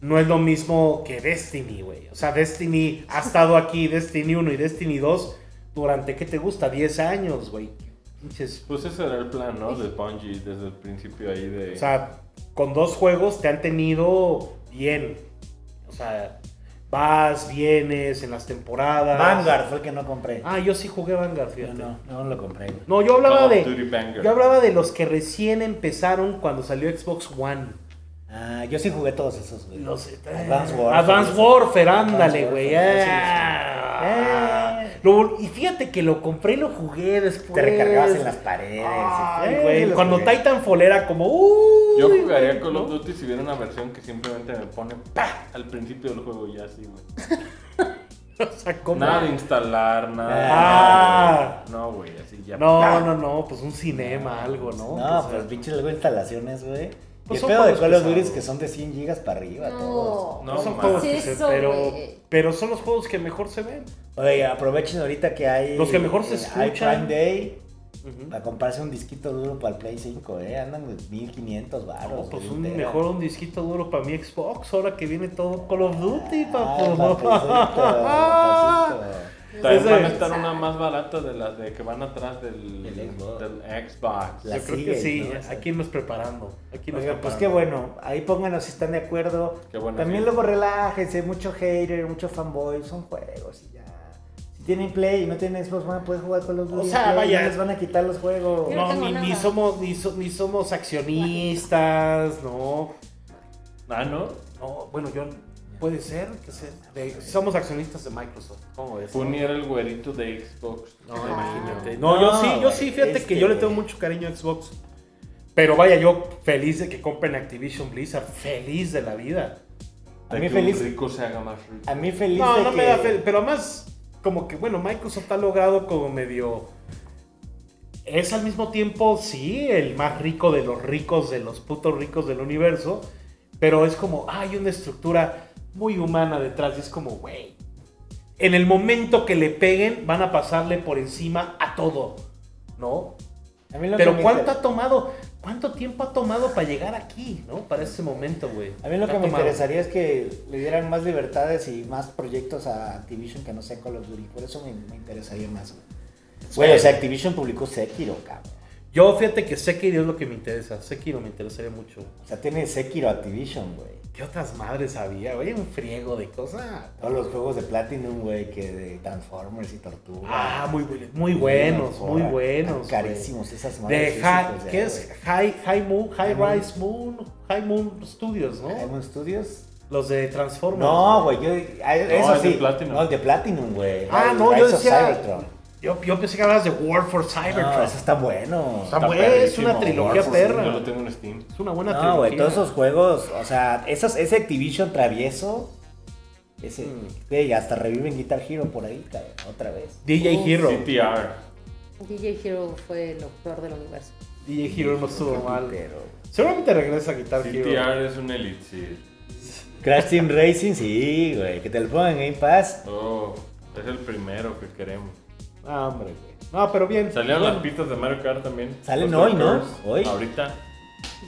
S1: No es lo mismo que Destiny, güey. O sea, Destiny ha estado aquí, Destiny 1 y Destiny 2, durante, ¿qué te gusta? 10 años, güey. Pinches.
S3: Pues ese era el plan, ¿no? De Bungie desde el principio ahí de...
S1: O sea, con dos juegos te han tenido bien. O sea, vas, vienes en las temporadas.
S2: Vanguard fue el que no compré.
S1: Ah, yo sí jugué Vanguard,
S2: no,
S1: fíjate.
S2: no, no lo compré, güey.
S1: No, yo hablaba
S3: Call of
S1: de.
S3: Duty Vanguard.
S1: Yo hablaba de los que recién empezaron cuando salió Xbox One.
S2: Ah, yo sí jugué todos esos, güey.
S1: Los
S2: Advanced
S1: eh,
S2: Warfare.
S1: Advanced Warfare, ándale,
S2: Advanced
S1: güey.
S2: Warfare, sí,
S1: ah.
S2: sí, sí.
S1: Lo- y fíjate que lo compré y lo jugué después.
S2: Te recargabas en las paredes.
S1: Ay,
S2: Eh,
S1: güey.
S2: los
S1: Cuando
S2: jugué.
S1: Titanfall era como. uy,
S3: Yo jugaría
S1: güey,
S3: Call of
S1: ¿no?
S3: Duty si hubiera una versión que simplemente me pone ¡pa! al principio del juego y ya así, güey.
S1: O sea, ¿cómo?
S3: Nada de instalar, nada.
S1: Ah.
S3: nada, güey. No, güey, así ya.
S1: No, no, no, pues un cinema, algo, ¿no?
S2: No,
S1: Que sea-
S2: pues pinches luego instalaciones, güey.
S1: Pues
S2: y el
S1: son
S2: pedo de
S1: juegos
S2: Call of Duty es
S1: pesados.
S2: que son de 100 gigas para arriba, todos.
S4: No.
S3: No,
S1: no son
S3: mames.
S1: juegos
S4: Sí,
S1: que se-
S4: eso,
S1: pero,
S4: güey.
S1: pero son los juegos que mejor se ven.
S2: Oye, aprovechen ahorita que hay.
S1: Los que mejor se
S2: eh, hay
S1: escuchan.
S2: Prime Day
S1: Ujú.
S2: para comprarse un disquito duro para el Play 5, ¿eh? Andan de 1500
S1: No,
S2: baros.
S1: pues un mejor un disquito duro para mi Xbox, ahora que viene todo Call of
S2: Ah,
S1: Duty,
S2: papá.
S1: papá.
S3: También
S1: Ese-
S3: van a estar una más barata de las de que van atrás del,
S2: Del Xbox.
S3: del Xbox.
S2: La-
S1: Yo creo que
S2: sigues,
S1: sí,
S2: ¿no? O sea.
S1: aquí nos preparando. Aquí nos
S2: Oigan, pues
S1: preparando.
S2: qué bueno. Ahí pónganos si están de acuerdo.
S3: Qué bueno,
S2: También
S3: sí.
S2: luego relájense. Mucho hater, mucho fanboy. Son juegos y ya. Si tienen Play y no tienen Xbox, van a poder jugar con los
S1: O sea, vaya.
S2: les van a quitar los juegos.
S4: Yo no
S1: No,
S4: tengo
S1: ni, ni
S4: nada.
S1: somos, ni, so- ni somos accionistas, no.
S3: Ah, ¿no?
S1: No, bueno, yo puede ser que se- de- somos accionistas de Microsoft. ¿Cómo ves?
S3: Puni era el güerito de Xbox.
S1: No,
S4: Ah.
S1: imagínate. No, yo
S2: No,
S1: sí, yo sí,
S2: güey,
S1: fíjate
S2: este,
S1: que yo le tengo
S2: güey.
S1: mucho cariño a Xbox. Pero vaya, yo feliz de que compren Activision Blizzard, feliz de la vida.
S2: A
S3: De
S2: mí
S3: que
S2: feliz.
S3: Un rico se haga más rico.
S2: A mí feliz.
S1: No,
S2: de
S1: no
S2: que...
S1: me da fe, pero más como que bueno, Microsoft ha logrado como medio es al mismo tiempo sí el más rico de los ricos de los putos ricos del universo, pero es como hay una estructura muy humana detrás y es como güey. En el momento que le peguen van a pasarle por encima a todo, ¿no?
S2: A mí lo que
S1: Pero
S2: me
S1: cuánto
S2: inter-
S1: ha tomado, cuánto tiempo ha tomado para llegar aquí, ¿no? Para este momento, güey.
S2: A mí lo
S1: Ha
S2: que me
S1: tomado.
S2: interesaría es que le dieran más libertades y más proyectos a Activision que no sean Call of Duty. Por eso me, me interesaría más, güey. Güey, o sea, Activision publicó Sekiro, cabrón.
S1: Yo fíjate que Sekiro es lo que me interesa. Sekiro me interesaría mucho.
S2: O sea, tiene Sekiro Activision, güey.
S1: ¿Qué otras madres había? Oye, un friego de cosas.
S2: Todos los juegos de Platinum, güey, que de Transformers y Tortuga.
S1: Ah, muy, bu- muy buenos,
S2: Joder,
S1: muy
S2: tan
S1: buenos.
S2: Carísimos esas
S1: güey. De
S2: esos
S1: Hi-
S2: hijos de
S1: ¿Qué
S2: la
S1: es?
S2: verga.
S1: High, High Moon, High
S2: High Moon.
S1: Rise Moon, High Moon Studios, ¿no?
S2: ¿Diamond Studios?
S1: Los de Transformers.
S2: No, güey, yo. a- Eso
S3: el de
S2: sí.
S3: Platinum.
S2: No, el de Platinum, güey.
S1: Ah,
S2: El
S1: no, yo
S2: Rise of
S1: decía.
S2: Cybertron.
S1: Yo, yo pensé que hablabas de War for Cybertron.
S2: No, eso está bueno.
S1: Está bueno, es una
S3: perrísimo.
S1: trilogía
S3: War for
S1: perra.
S3: Steam, Yo lo tengo en Steam.
S1: Es una buena
S2: No,
S1: trilogía.
S2: güey, todos esos juegos, o sea, esos, ese Activision travieso, ese,
S1: Hmm.
S2: güey, hasta reviven Guitar Hero por ahí, cabrón, otra vez.
S1: DJ Hero.
S3: CTR.
S4: DJ Hero fue lo peor del universo.
S1: DJ Hero no estuvo mal.
S2: Pero-
S1: Seguramente regresa a Guitar Hero.
S3: CTR es un elixir.
S2: Crash Team Racing, sí, güey, que te lo pongan en Game Pass.
S3: Oh, es el primero que queremos.
S1: Ah, hombre, güey. No, pero bien.
S3: Salieron las pistas de Mario Kart también.
S2: Salen
S3: Los
S2: hoy, ¿no?
S3: trackers.
S2: Hoy.
S3: Ahorita.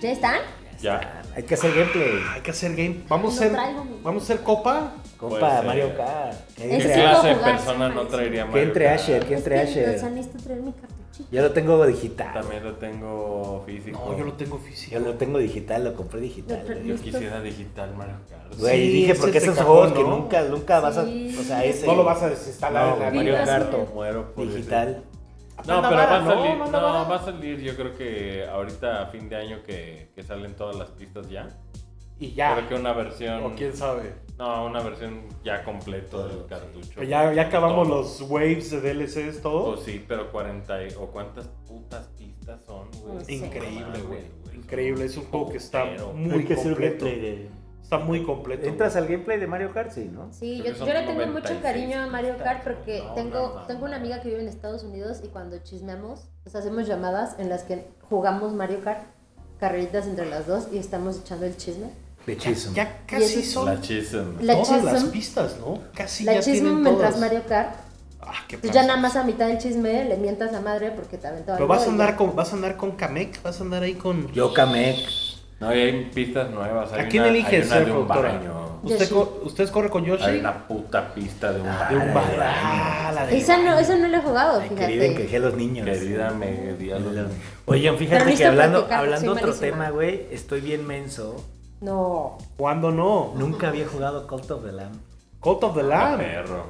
S4: ¿Ya están?
S3: Ya.
S2: Hay que hacer gameplay,
S1: Hay que hacer game. Vamos a
S4: No
S1: hacer,
S4: traigo mi-
S1: vamos a hacer copa.
S2: compa,
S3: Pues, eh,
S2: Mario Kart. Que
S4: Ese
S3: ¿Qué
S2: entre-
S4: sí
S3: clase de
S4: puedo jugar,
S3: persona
S4: sí,
S3: no
S4: sí.
S3: traería
S2: que
S3: Mario
S2: entre
S3: Kart?
S2: Asher, que entre
S4: Es que no
S2: Asher.
S4: necesito traer mi cartuchito.
S2: Yo lo tengo digital.
S3: También lo tengo físico.
S1: No, yo lo tengo
S2: Yo
S1: físico.
S2: lo tengo digital, lo compré digital.
S4: Lo
S2: güey.
S3: Yo quisiera digital Mario Kart.
S2: Güey,
S1: Sí,
S2: dije,
S1: es
S2: porque
S1: ese
S2: esos
S1: cajón,
S2: juegos que
S1: ¿no?
S2: nunca, nunca vas a.
S4: Sí.
S2: O sea, ese.
S1: No lo vas a desinstalar
S2: No,
S1: en la
S2: Mario
S4: Vivas,
S2: Kart
S4: güey.
S3: Muero por ese.
S2: digital.
S3: No,
S1: Anda
S3: pero va
S1: vara,
S3: a
S1: ¿no?
S3: salir, no,
S1: Anda vara.
S3: va a salir yo creo que ahorita a fin de año que, que salen todas las pistas ya.
S1: Y ya.
S3: Creo que una versión,
S1: O quién sabe.
S3: no, una versión ya completo del cartucho.
S1: Ya, ya acabamos
S3: Todo.
S1: los waves de DLCs,
S3: Oh,
S1: todo.
S3: sí, pero 40 y- o cuántas putas pistas son, güey.
S4: Sí.
S1: Increíble,
S3: Mames,
S1: güey.
S3: son
S1: Increíble. Es un juego que está
S3: putero.
S1: muy
S2: Hay que hacer
S1: completo.
S2: gameplay de-
S1: Está muy completo.
S2: Entras al gameplay de Mario Kart, sí, ¿no?
S3: Creo
S4: Sí, yo,
S3: que son
S4: yo le tengo
S3: 96
S4: mucho cariño a Mario Kart porque
S3: No,
S4: tengo,
S3: no, no,
S4: tengo una
S3: no.
S4: amiga que vive en Estados Unidos y cuando chismeamos, pues hacemos llamadas en las que jugamos Mario Kart, carreritas entre las dos y estamos echando el chisme.
S2: Bechísimo.
S1: Ya
S4: Y
S1: casi
S4: eso-
S1: son
S3: La chism.
S4: La
S1: todas las
S4: chisme,
S1: pistas, ¿no? Casi
S4: la
S1: ya
S4: chisme
S1: tienen
S4: mientras
S1: todas.
S4: Mario Kart.
S1: Ah, qué
S4: Tú ya
S1: pasas.
S4: nada más a mitad del chisme le mientas la madre porque te aventó
S1: Pero
S4: algo
S1: vas a
S4: y
S1: andar
S4: ya.
S1: con, vas a andar con Kamek, vas a andar ahí con.
S2: Yo Kamek.
S3: No, y hay pistas nuevas. Hay
S1: ¿A quién
S3: una- hay
S1: eliges
S3: una
S1: ser
S3: de un
S1: productora?
S3: baño.
S1: ¿Usted,
S4: Yoshi.
S1: co- ¿Ustedes corre con Yoshi?
S3: Hay una puta pista de un baño.
S1: De un
S2: Ay,
S1: bar.
S2: ay,
S1: Ah, la de-
S4: Esa no, esa no la he
S1: Oh,
S4: jugado,
S2: Ay,
S4: fíjate.
S2: querida, encajé a los niños.
S3: Querida, me di a los-
S2: Oigan,
S4: Pero
S2: fíjate que
S4: necesito
S2: hablando,
S4: practicar,
S2: hablando
S4: soy
S2: otro
S4: malísima.
S2: tema, güey, estoy bien menso.
S4: No.
S1: ¿Cuándo no?
S2: Nunca había jugado Cult of the Lamb.
S1: Cult of the
S3: Ah,
S1: Lamb.
S3: perro.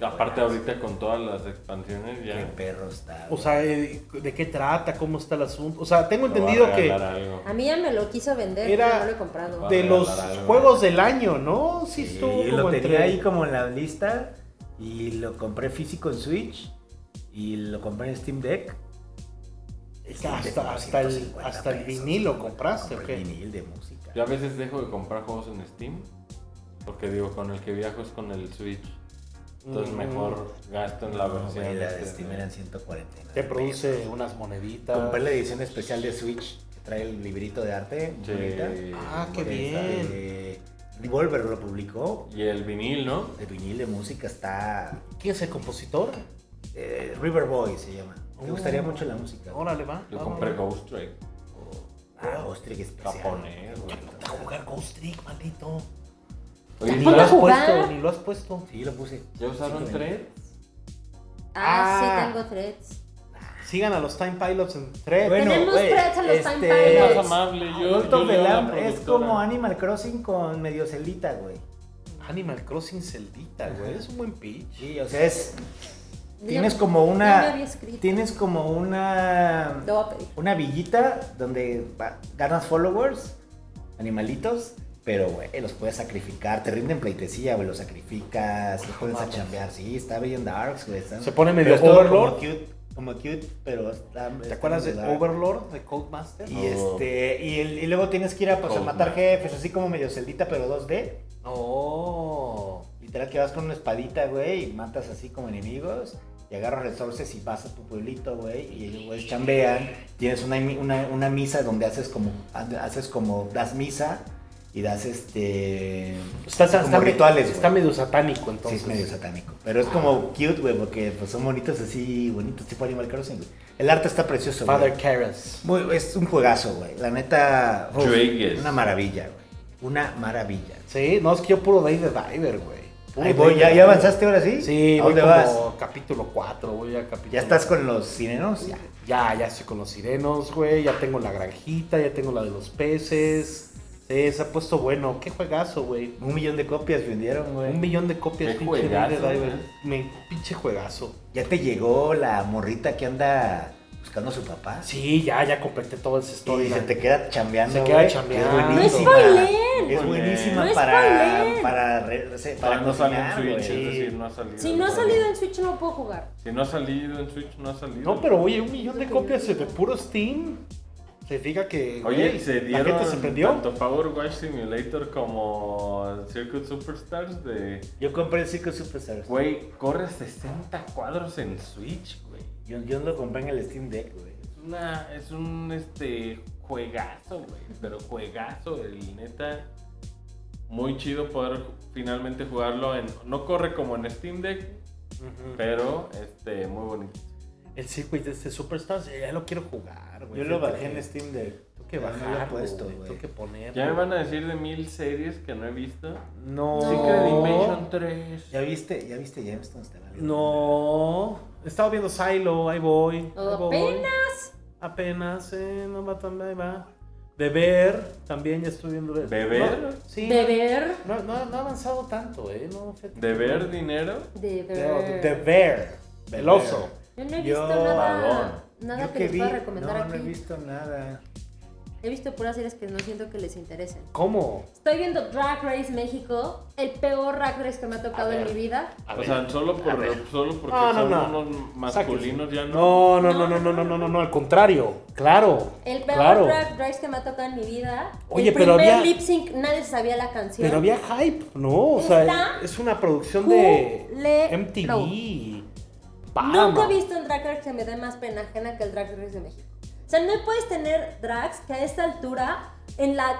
S3: Aparte ahorita con todas las expansiones
S2: Qué
S3: ya.
S2: perro está.
S1: O
S2: güey.
S1: sea, eh, ¿de qué trata? ¿Cómo está el asunto? O sea, tengo
S3: te va a
S1: entendido que
S3: regalar algo.
S4: A mí ya me lo quiso vender,
S1: Era
S4: pero no lo he comprado.
S3: Va a
S1: de los
S3: regalar algo.
S1: juegos del año, ¿no? Sí,
S2: Sí,
S1: estuvo
S2: Eh, lo
S1: como
S2: tenía
S1: entre-
S2: ahí como en la lista y lo compré físico en Switch y lo compré en Steam Deck.
S1: Hasta, hasta el, hasta el vinilo compraste, ¿o
S2: Compré el
S1: qué?
S2: vinil de música.
S3: Yo a veces dejo de comprar juegos en Steam. Porque digo, con el que viajo es con el Switch. Entonces
S1: Mm.
S3: mejor gasto en la
S2: No,
S3: versión.
S2: güey, la de
S3: este,
S2: Steam eran 149.
S1: Te produce
S2: pesos.
S1: unas moneditas.
S2: Compré la edición especial de Switch que trae el librito de arte. muy bonita.
S3: Sí.
S1: Ah, qué bien.
S2: Este, Revolver lo publicó.
S3: Y el vinil, ¿no?
S2: El vinil de música está.
S1: ¿Quién es el compositor?
S2: eh, River Boy se llama. Me
S1: Oh.
S2: gustaría mucho la música.
S1: Órale, va.
S3: Yo
S1: va, va,
S3: compré
S1: va.
S3: Ghost Trick.
S2: Ah, Ostrich especial.
S3: Japonés, güey.
S1: Puta, jugar Ghost Trick, maldito.
S3: Oye,
S1: Ni lo
S4: Ponte a
S1: has
S3: ¿ya,
S4: jugar.
S1: puesto, ni lo has puesto.
S2: Sí, lo puse.
S3: ya usaron
S2: Sí,
S3: tres?
S4: Ah,
S1: Ah.
S4: sí tengo threads.
S1: Sigan a los Time Pilots en Thread.
S4: Bueno, Tenemos
S2: güey,
S4: threads a los Time
S2: este,
S4: Pilots.
S3: Más amable, yo.
S2: Cult
S3: yo
S2: of the
S3: leo la
S2: Lamb es
S3: productora.
S2: como Animal Crossing con medio celita, güey.
S1: Animal Crossing Celdita, güey. Es un buen pitch.
S2: Sí, o sea, es.
S4: Yo-
S2: Tienes como
S4: ya me
S2: una.
S4: había escrito.
S2: Tienes como una.
S4: Lo voy a pedir.
S2: Una villita donde va- ganas followers, animalitos, pero güey, los puedes sacrificar, te rinden pleitesía, güey, los sacrificas, los puedes a chambear, sí, está bien darks, güey. están-
S1: Se pone medio
S2: pero es todo
S1: Overlord.
S2: Como cute, como cute, pero está-
S1: ¿Te
S2: está
S1: acuerdas de
S2: medio dark.
S1: Overlord, de Codemaster?
S2: Y este, y, el- y luego tienes que ir a, pues, a
S3: Cold
S2: matar
S3: Man.
S2: jefes, así como medio celdita, pero 2D.
S1: No.
S2: Literal que vas con una espadita, güey, y matas así como enemigos, y agarras resources y vas a tu pueblito, güey, y ellos, güey, chambean. Tienes una, mi- una, una misa donde haces como, haces como, das misa y das este...
S1: Está, está,
S2: como
S1: está-
S2: rituales,
S1: Está
S2: güey.
S1: medio satánico,
S2: Sí,
S1: entonces.
S2: es medio satánico. Pero es como cute, güey, porque pues, son bonitos así, bonitos, tipo Animal Crossing, güey. El arte está precioso, güey.
S1: Father Karras.
S2: Muy- es un juegazo, güey. La neta, uf,
S3: Juegues.
S2: una maravilla, güey. Una maravilla.
S1: Sí, no, es que yo puro Day the Diver, güey. Puro
S2: Ahí voy,
S1: Day
S2: ¿ya,
S1: the
S2: ya
S1: Diver.
S2: avanzaste ahora sí?
S1: Sí,
S2: ¿A
S1: voy
S2: dónde
S1: como
S2: vas?
S1: capítulo 4, voy a capítulo
S2: ¿Ya estás con los cinenos? Ya.
S1: Ya, ya estoy con los sirenos, güey. Ya tengo la granjita, ya tengo la de los peces. Sí, se ha puesto bueno. Qué juegazo, güey.
S2: Un millón de copias vendieron, güey.
S1: Un millón de copias,
S3: Qué
S1: pinche Day the
S3: juegazo,
S1: Diver.
S3: ¿eh?
S1: Me- Pinche juegazo.
S2: Ya te llegó la morrita que anda buscando a su papá.
S1: Sí, ya, ya completé todo ese
S2: Y se
S1: storyline.
S2: te queda chambeando.
S1: Se queda
S2: güey,
S1: chambeando.
S2: que Es
S1: No
S2: buenísima.
S4: spoileen.
S2: Es buenísima
S3: No
S2: para,
S4: spoileen.
S2: para, re- no sé, para
S3: Todavía no sale en
S2: cocinar,
S3: Switch,
S2: güey.
S3: es decir, no ha salido.
S4: Si no ha salido en Switch, no lo puedo jugar.
S3: Si no ha salido en Switch, no ha salido.
S1: No, pero oye, un millón de copias de puro Steam. Se fija que.
S3: Oye,
S1: güey,
S3: se dieron
S1: La gente se prendió.
S3: tanto Power Wash Simulator como Circuit Superstars de...
S2: Yo compré el Circo Superstars.
S3: Güey, corre 60 cuadros en Switch, güey.
S2: Yo, yo lo compré en el Steam Deck, güey.
S3: Es una... Es un, este... Juegazo, güey. Pero juegazo, el neta... Muy chido poder finalmente jugarlo en... No corre como en Steam Deck,
S1: Ujú.
S3: pero, este, muy bonito.
S1: El circuit de este Superstars, eh, ya lo quiero jugar, güey.
S2: Yo lo
S1: Fíjate
S2: bajé
S1: que-
S2: en Steam Deck.
S1: Tengo que
S2: Ya no
S1: bajar,
S2: lo he puesto,
S1: güey.
S2: güey.
S1: Tengo que poner.
S3: Ya me van a decir de mil series que no he visto.
S1: No.
S3: Secret Invasion 3.
S2: ¿Ya viste? ¿Ya viste Jamestown? Está la vida.
S1: No. He estado viendo Silo, ahí voy. ahí voy.
S4: Apenas.
S1: Apenas, eh, no va tan, ahí va. Beber, también ya estoy viendo.
S3: ¿Beber?
S1: No, sí.
S4: De ver.
S1: No, no, no ha avanzado tanto, eh. No, fíjate.
S3: ¿De ver dinero?
S4: De ver.
S1: De ver. El oso.
S4: Yo no he
S2: Yo-
S4: visto nada,
S3: Balón.
S4: nada
S2: Yo
S4: que les
S2: vi-
S4: pueda recomendar
S2: no,
S4: aquí.
S2: No, he visto nada.
S4: He visto puras series que no siento que les interesen.
S1: ¿Cómo?
S4: Estoy viendo Drag Race México, el peor Drag Race que me ha tocado en mi vida.
S3: O sea, solo, por, solo porque
S1: No, no,
S3: son
S1: no.
S3: unos masculinos ya no.
S1: No, no, no, no, no, no, no, no, no, al contrario. Claro.
S4: El peor
S1: claro.
S4: Drag Race que me ha tocado en mi vida.
S1: Oye,
S4: el
S1: pero
S4: primer
S1: había-
S4: lip sync, nadie sabía la canción.
S1: Pero había hype, ¿no? O sea,
S4: Está
S1: es una producción de
S4: culero.
S1: MTV.
S4: Nunca
S1: Paramount.
S4: he visto un drag race que me dé más pena ajena que el drag race de México. O sea, no puedes tener drags que a esta altura, en la.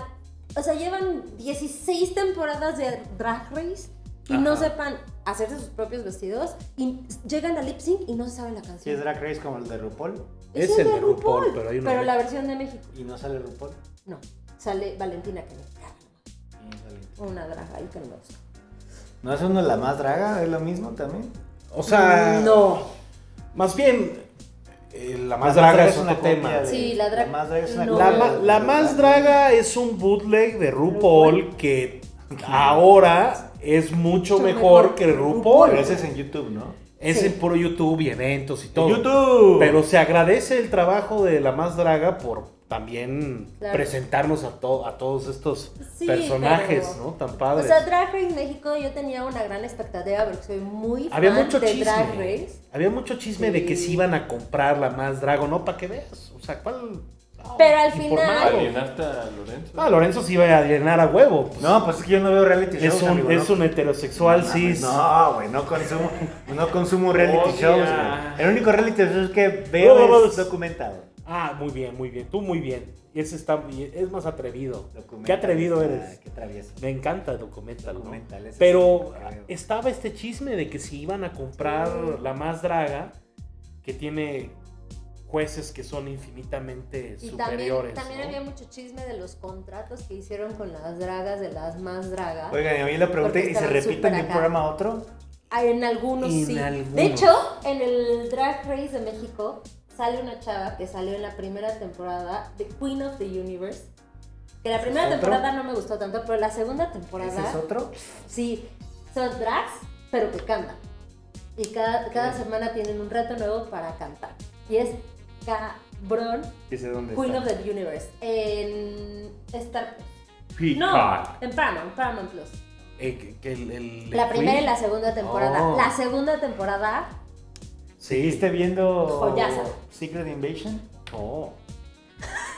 S4: O sea, llevan 16 temporadas de drag race y no sepan hacerse sus propios vestidos y llegan al lip sync y no saben la
S2: Si es
S4: canción.
S2: Drag Race como el de RuPaul
S1: Es el de RuPaul, pero hay uno de-
S4: la versión de México.
S2: y no sale RuPaul.
S4: No, sale Valentina que me caga.
S2: y no sale-
S4: Una drag ahí que no me gusta.
S2: ¿No es uno la más draga? ¿Es lo mismo también?
S1: O sea,
S4: no.
S1: más bien, eh, la más
S2: La
S1: draga
S2: más draga
S1: es
S2: es
S1: otro
S2: una
S1: tema.
S2: copia de-
S4: Sí, la drag.
S2: La más draga es una
S4: no.
S1: La,
S2: copia
S1: ma- la más draga es un bootleg de RuPaul que ahora es mucho
S4: Mucho
S1: mejor
S4: mejor
S1: que
S4: que
S1: RuPaul.
S2: Pero ese es en YouTube, ¿no?
S1: Es
S4: Sí.
S1: en puro YouTube y eventos y todo.
S2: YouTube.
S1: Pero se agradece el trabajo de la más draga por también
S4: Claro.
S1: presentarnos a, to- a todos estos
S4: Sí,
S1: personajes,
S4: pero-
S1: ¿no? Tan
S4: O
S1: padres.
S4: sea, Drag Race México yo tenía una gran expectativa porque soy muy
S1: Había
S4: fan
S1: mucho
S4: de
S1: chisme.
S4: Drag Race.
S1: Había mucho chisme de que
S4: Sí.
S1: se iban a comprar la más drago, ¿no? Para que veas. O sea, ¿cuál? Ah,
S4: Pero al
S1: informado.
S4: final-
S3: ¿Alienaste a Lorenzo?
S1: No, Lorenzo se iba a llenar a huevo. pues.
S2: No, pues es que yo no veo reality shows.
S1: es, un,
S2: amigo,
S1: es
S2: ¿no?
S1: un heterosexual cis.
S2: No, güey, no consumo, no consumo reality
S3: Odia.
S2: shows, güey. El único reality show que veo es
S1: Todos.
S2: documentado.
S1: Ah, muy bien, muy bien. Tú muy bien. Ese está bien- es más atrevido.
S2: Documental,
S1: Qué atrevido
S2: ah,
S1: eres.
S2: Qué travieso.
S1: Me encanta documental, ¿no?
S2: Documental, ese
S1: Pero
S2: sí lo creo.
S1: estaba este chisme de que si iban a comprar la más draga, que tiene jueces que son infinitamente
S4: Y también,
S1: superiores.
S4: también
S1: ¿no?
S4: había mucho chisme de los contratos que hicieron con las dragas de las más dragas.
S2: Oigan, y a mí la pregunté
S4: Porque
S2: y se
S4: estaban
S2: repite
S4: súper
S2: de un
S4: acá.
S2: programa a otro.
S4: Ah, En algunos
S1: En
S4: sí.
S1: algunos.
S4: De hecho, en el Drag Race de México sale una chava que salió en la primera temporada de Queen of the Universe. Que la primera
S2: otro?
S4: temporada no me gustó tanto, pero la segunda temporada.
S2: ¿Ese es otro?
S4: Sí, son drags, pero que cantan. Y cada, cada semana tienen un reto nuevo para cantar. Y es cabrón
S2: Dice dónde
S4: Queen of
S2: está.
S4: the Universe en Star Plus.
S3: Peacock.
S4: No, en Paramount, Paramount Plus.
S1: Eh, que- que el- el-
S4: La
S1: el
S4: primera y
S1: Queen.
S4: la segunda temporada.
S1: Oh.
S4: La segunda temporada,
S1: Sí. este-
S2: ¿Viste viendo
S4: Joyaza.
S2: Secret Invasion?
S1: No.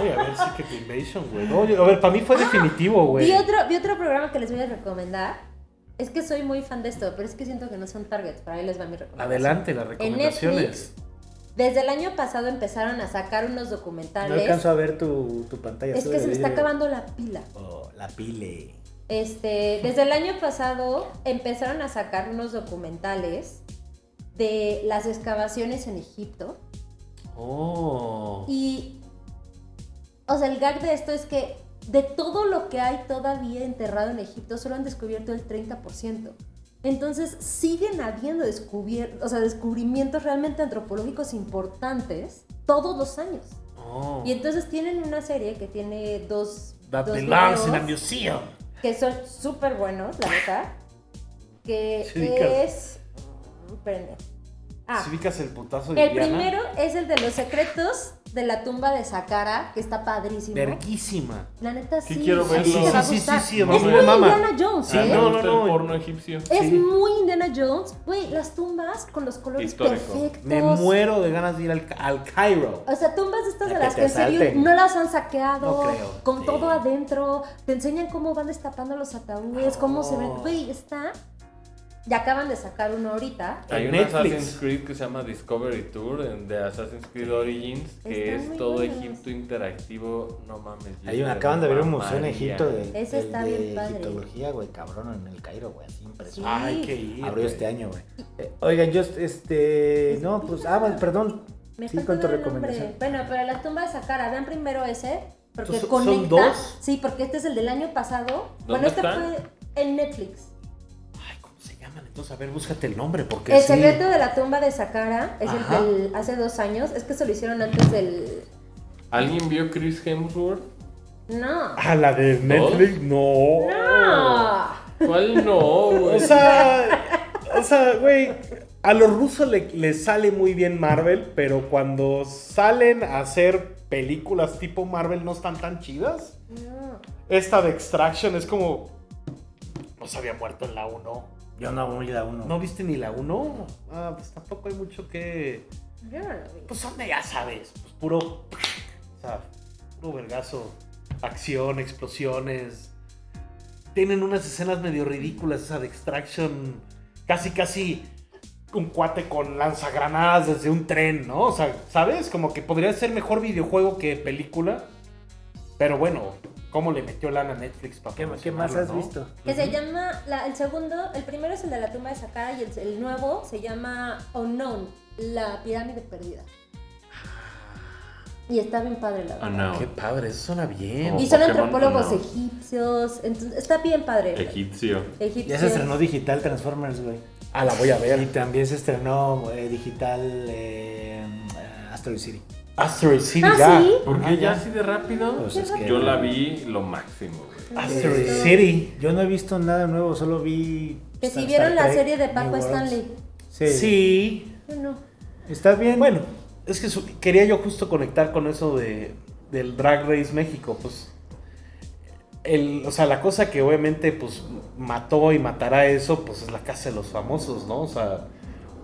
S1: Oye, a ver, Secret Invasion, güey. No, yo- a ver, para mí fue definitivo, güey.
S4: Ah, vi otro, vi otro programa que les voy a recomendar. Es que soy muy fan de esto, pero es que siento que no son targets. Para ahí les va mi recomendación.
S1: Adelante, las
S4: En
S1: recomendaciones.
S4: Netflix, desde el año pasado empezaron a sacar unos documentales.
S2: No alcanzo a ver tu, tu pantalla.
S4: es
S2: tú
S4: que se me
S2: deberías
S4: está
S2: de-
S4: acabando la pila.
S2: Oh, la pile.
S4: Este, desde el año pasado empezaron a sacar unos documentales de las excavaciones en Egipto
S1: Oh.
S4: y o sea, el gag de esto es que de todo lo que hay todavía enterrado en Egipto solo han descubierto el 30%. Entonces, siguen habiendo descubier- o sea, descubrimientos realmente antropológicos importantes todos los años.
S1: oh.
S4: Y entonces tienen una serie que tiene dos
S1: That
S4: dos
S1: belongs in a
S4: videos.
S1: museum.
S4: que son súper buenos, la neta. Que
S1: Sí, claro.
S4: es. Espérenme. Ah,
S1: Si ubicas el putazo de
S4: el
S1: Viviana,
S4: primero es el de los secretos de la tumba de Sakara, que está padrísimo.
S1: Verguísima.
S4: La neta
S3: Sí
S4: sí,
S3: quiero
S4: sí,
S3: verlo.
S4: te va a
S1: Sí, sí,
S4: gustar.
S1: sí, sí,
S4: es
S1: vamos,
S4: muy
S1: me mama.
S4: Indiana Jones,
S1: Sí,
S3: Ah, ¿no?
S4: ¿eh?
S1: no,
S3: ¿Te gusta
S1: no.
S3: el porno egipcio.
S4: Es
S1: sí.
S4: muy Indiana Jones. Güey, las tumbas con los colores
S3: Histórico.
S4: perfectos.
S1: Me muero de ganas de ir al, al Cairo.
S4: O sea, tumbas de estas
S2: Ya
S4: de
S2: que
S4: las
S2: te
S4: que en serio
S2: asalten.
S4: no las han saqueado,
S2: No creo,
S4: con
S2: sí.
S4: todo adentro, te enseñan cómo van destapando los ataúdes, cómo se ven.
S1: Oh.
S4: Güey, está. Y acaban de sacar uno ahorita.
S3: Hay un
S1: Netflix.
S3: Assassin's Creed que se llama Discovery Tour en- de Assassin's Creed Origins, que
S4: Están
S3: es
S4: muy
S3: todo
S4: buenos.
S3: Egipto interactivo. No mames. yo
S2: Ahí
S3: me
S2: acaban de abrir un museo en
S3: mamaría.
S2: Egipto de,
S4: Ese
S2: de-
S4: está
S2: de
S4: bien padre.
S2: egiptología, güey, cabrón, en el Cairo, güey, así impresionante.
S1: Ay, qué ir.
S2: Abrió
S1: güey.
S2: este año, güey. Eh, oigan, yo, este, no, pues, ah, bueno, perdón.
S4: Me
S2: sí,
S4: falta
S2: con tu
S4: ver el nombre.
S2: recomendación.
S4: Bueno, pero las tumbas de Sakara, vean primero ese, porque
S1: Entonces, ¿son
S4: conecta.
S1: dos?
S4: Sí, porque este es el del año pasado.
S3: ¿Dónde
S4: Bueno, este
S3: está?
S4: fue en Netflix.
S1: Ay, ¿cómo se llaman? Entonces, a ver, búscate el nombre, porque
S4: El
S1: sí.
S4: secreto de la tumba de Sakara es
S1: Ajá.
S4: el del hace dos años. Es que se lo hicieron antes del.
S3: ¿Alguien vio Chris Hemsworth?
S4: No.
S1: Ah, la de Netflix, no.
S4: No.
S3: ¿Cuál no, güey?
S1: O sea, o sea, güey, a los rusos le- les sale muy bien Marvel, pero cuando salen a hacer películas tipo Marvel no están tan chidas.
S4: No.
S1: Esta de Extraction es como... No se había muerto en la 1.
S2: Yo no voy a la uno.
S1: ¿No viste ni la 1? Ah, pues tampoco hay mucho que...
S4: Yo no lo vi.
S1: Pues donde ya sabes, pues puro... O sea, puro vergazo. Acción, explosiones. Tienen unas escenas medio ridículas, esa de Extraction. Casi, casi un cuate con lanzagranadas desde un tren, ¿no? O sea, ¿sabes? Como que podría ser mejor videojuego que película. Pero bueno, ¿cómo le metió lana a Netflix para
S2: ¿Qué, qué más has visto?
S4: Que se llama, la- el segundo, el primero es el de la tumba de Sakara y el, el nuevo se llama Unknown, la pirámide perdida. Y está bien padre
S3: Ah,
S4: la verdad.
S1: Qué
S3: Unknown.
S1: padre, eso suena bien.
S4: Y son
S3: Pokémon
S4: antropólogos
S3: Unknown.
S4: egipcios, entonces está bien padre.
S3: Egipcio.
S4: Egipcios.
S2: Ya se estrenó digital Transformers, güey.
S1: Ah, la voy a
S2: Y
S1: ver.
S2: también se estrenó eh, digital eh, Asteroid City.
S1: Asteroid City,
S4: Ah,
S1: ya.
S4: ¿sí?
S3: ¿Por
S2: Ah,
S3: qué
S2: ya.
S3: ya así de rápido?
S2: Pues es que-
S3: Yo la vi lo máximo, güey.
S1: Asteroid
S2: Eh,
S1: City.
S2: Yo no he visto nada nuevo, solo vi.
S4: Que
S2: Star-
S4: si vieron
S2: Star
S4: la
S2: Trek,
S4: serie de
S2: New
S4: Paco
S2: Worlds.
S4: Stanley.
S2: Sí.
S1: sí.
S4: Yo no.
S2: ¿Está bien?
S1: Bueno, es que su- quería yo justo conectar con eso de, del Drag Race México, pues. El, o sea, la cosa que obviamente pues mató y matará eso, pues es la casa de los famosos, ¿no? O sea,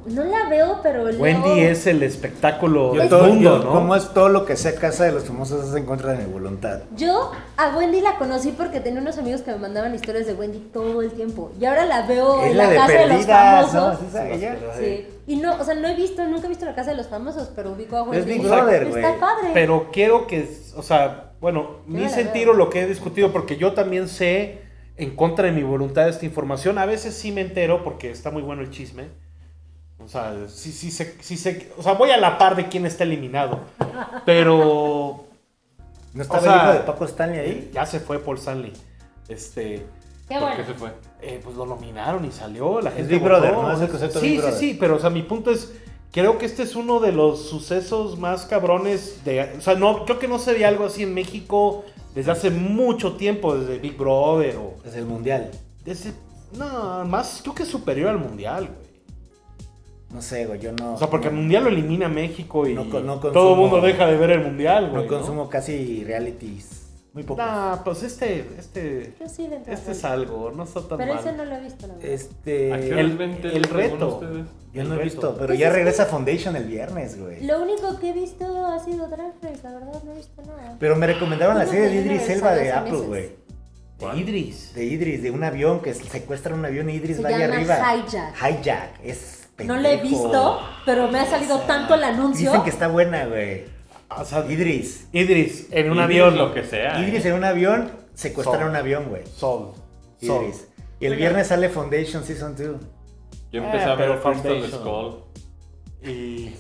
S4: No la veo, pero luego-
S1: Wendy es el espectáculo
S2: Yo
S1: del
S2: todo,
S1: mundo,
S2: yo-
S1: ¿no?
S2: Como es todo lo que sea casa de los famosos es en contra de mi voluntad.
S4: Yo a Wendy la conocí porque tenía unos amigos que me mandaban historias de Wendy todo el tiempo. Y ahora la veo
S2: es
S4: en
S2: la
S4: la,
S2: de
S4: casa
S2: perdidas,
S4: de los
S2: ¿no?
S4: famosos.
S2: ¿Sí sabe ella?
S4: Sí. Y no, o sea, no he visto, nunca he visto la casa de los famosos, pero ubico a Wendy.
S2: Es Big
S4: O sea,
S2: Brother,
S4: Está
S2: güey.
S4: padre.
S1: Pero quiero que, o sea, bueno,
S4: Yo no
S1: mi
S4: la
S1: sentir
S4: veo.
S1: o lo que he discutido, porque yo también sé en contra de mi voluntad esta información. A veces sí me entero porque está muy bueno el chisme. O sea, sí, sí, sé, sí sé, o sea, voy a la par de quién está eliminado. Pero
S2: ¿No estaba
S1: sea,
S2: el hijo de Paco Stanley ahí?
S1: ya se fue Paul Stanley. Este,
S4: Qué
S3: ¿Por
S4: bueno.
S3: qué se fue?
S1: eh, pues lo nominaron y salió. La
S2: Es
S1: gente
S2: Big
S1: votó.
S2: Brother, ¿no? Es el concepto
S1: sí,
S2: Big
S1: sí,
S2: Brother.
S1: sí, pero o sea, mi punto es, creo que este es uno de los sucesos más cabrones de, o sea, no, creo que no se veía algo así en México desde hace mucho tiempo, desde Big Brother o
S2: Es el mundial.
S1: desde, no, más creo que superior al mundial, güey.
S2: No sé, güey, yo no.
S1: O sea, porque el
S2: no-
S1: mundial lo elimina México y
S2: No con- no
S1: todo el
S2: consumo-
S1: mundo deja de ver el mundial,
S2: No
S1: güey.
S2: consumo casi realities. Muy
S1: ¿no?
S2: poco.
S1: Nah, pues este, este,
S4: Yo sí le entro a
S1: este es
S4: Wendy.
S1: algo, no está tan
S4: Pero
S1: mal.
S4: ese no lo he visto, la verdad.
S2: Este.
S3: ¿A qué
S1: el-
S3: horas ven tele,
S1: el
S3: según
S1: reto.
S3: ustedes?
S2: Yo
S1: el
S2: no
S1: reto.
S2: he visto, pero
S4: Pues
S2: ya
S4: es que-
S2: regresa Foundation el viernes, güey.
S4: Lo único que he visto ha sido Drag Race, la verdad no he visto nada.
S2: Pero me recomendaron la
S4: Yo
S2: serie
S4: no
S2: de
S4: tenía
S2: Idris
S4: regresado
S2: Elba de
S4: hace
S2: Apple,
S4: meses.
S2: güey.
S1: De Idris.
S2: De Idris, de un avión que secuestra un avión y Idris
S4: Se
S2: va allá
S4: llama
S2: arriba.
S4: Hijack.
S2: Hijack, es.
S4: No la he
S2: pendejo.
S4: visto, pero me ha salido tanto el anuncio.
S2: Dicen que está buena, güey.
S1: O sea,
S2: Idris.
S1: Idris, en un
S3: Idris,
S1: avión.
S3: Lo que sea. ¿eh?
S2: Idris en un avión, secuestrar
S1: Sol.
S2: un avión, güey.
S1: Sol. Sol.
S2: Idris. Y el viernes sale Foundation Season 2.
S3: Yo empecé
S1: Ah,
S3: a ver
S1: pero
S3: Crystal
S1: Foundation.
S3: Skull.
S1: ¿Y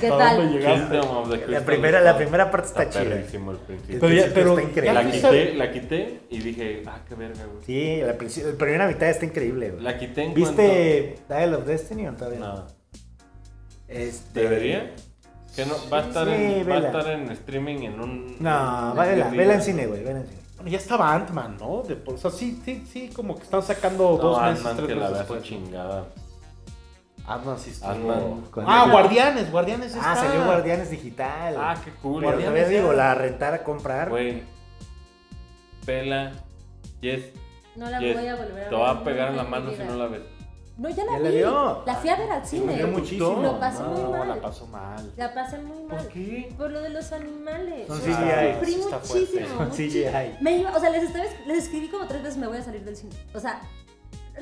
S4: qué tal?
S1: dónde llegaste?
S3: Kingdom of the Crystal
S2: primera-
S3: Skull.
S2: la primera parte está chida.
S3: perrísimo el principio.
S1: Pero ya, pero
S2: Está increíble.
S1: ya
S3: La
S1: fuiste-
S3: quité, la quité y dije, ah, qué verga, güey.
S2: Sí, la, princi- la primera mitad está increíble, güey.
S3: La quité en
S2: ¿Viste Dial of Destiny o todavía
S3: cuanto... No.
S2: Este...
S3: ¿Debería? Que no, va a estar,
S2: Sí,
S3: en, va a
S2: vela.
S3: estar en streaming en un...
S2: No,
S3: en
S2: vela,
S3: tres
S2: vela en
S3: días.
S2: cine, güey, vela en cine.
S1: Bueno, ya estaba Ant-Man, ¿no? De por- o sea, sí, sí, sí, como que están sacando
S3: No,
S1: dos meses, pues.
S3: Ant-Man
S1: tres
S3: que la
S1: meses
S3: veas a
S1: después.
S3: chingada.
S6: Ant-Man sí estuvo-
S3: Ant-Man.
S6: con-
S1: Ah, Guardianes, Guardianes
S2: Ah,
S1: está.
S2: salió Guardianes Digital.
S3: Ah, qué cool.
S2: Pero todavía digo, la rentar a comprar.
S3: Güey. Pela. Yes.
S4: No la
S3: yes.
S4: voy a volver a ver.
S3: Te va a
S4: no
S3: pegar en la
S4: mi
S3: mano si
S4: vida.
S3: no la ves.
S4: No, ya la
S2: Ya la
S4: vi.
S2: vio.
S4: La fui a ver al cine.
S6: Sufrió muchísimo.
S4: Lo pasé
S6: no,
S2: Ah,
S4: muy mal.
S6: la pasó mal.
S4: La pasé muy mal.
S3: ¿Por qué?
S4: Por lo de los animales.
S2: Son
S4: O
S2: CGI.
S4: sea, Sufrí
S1: Eso está
S4: muchísimo.
S1: fuerte.
S2: Son
S4: muchísimo.
S2: CGI.
S4: Me iba, o sea, les, estaba, les escribí como tres veces, me voy a salir del cine. O sea,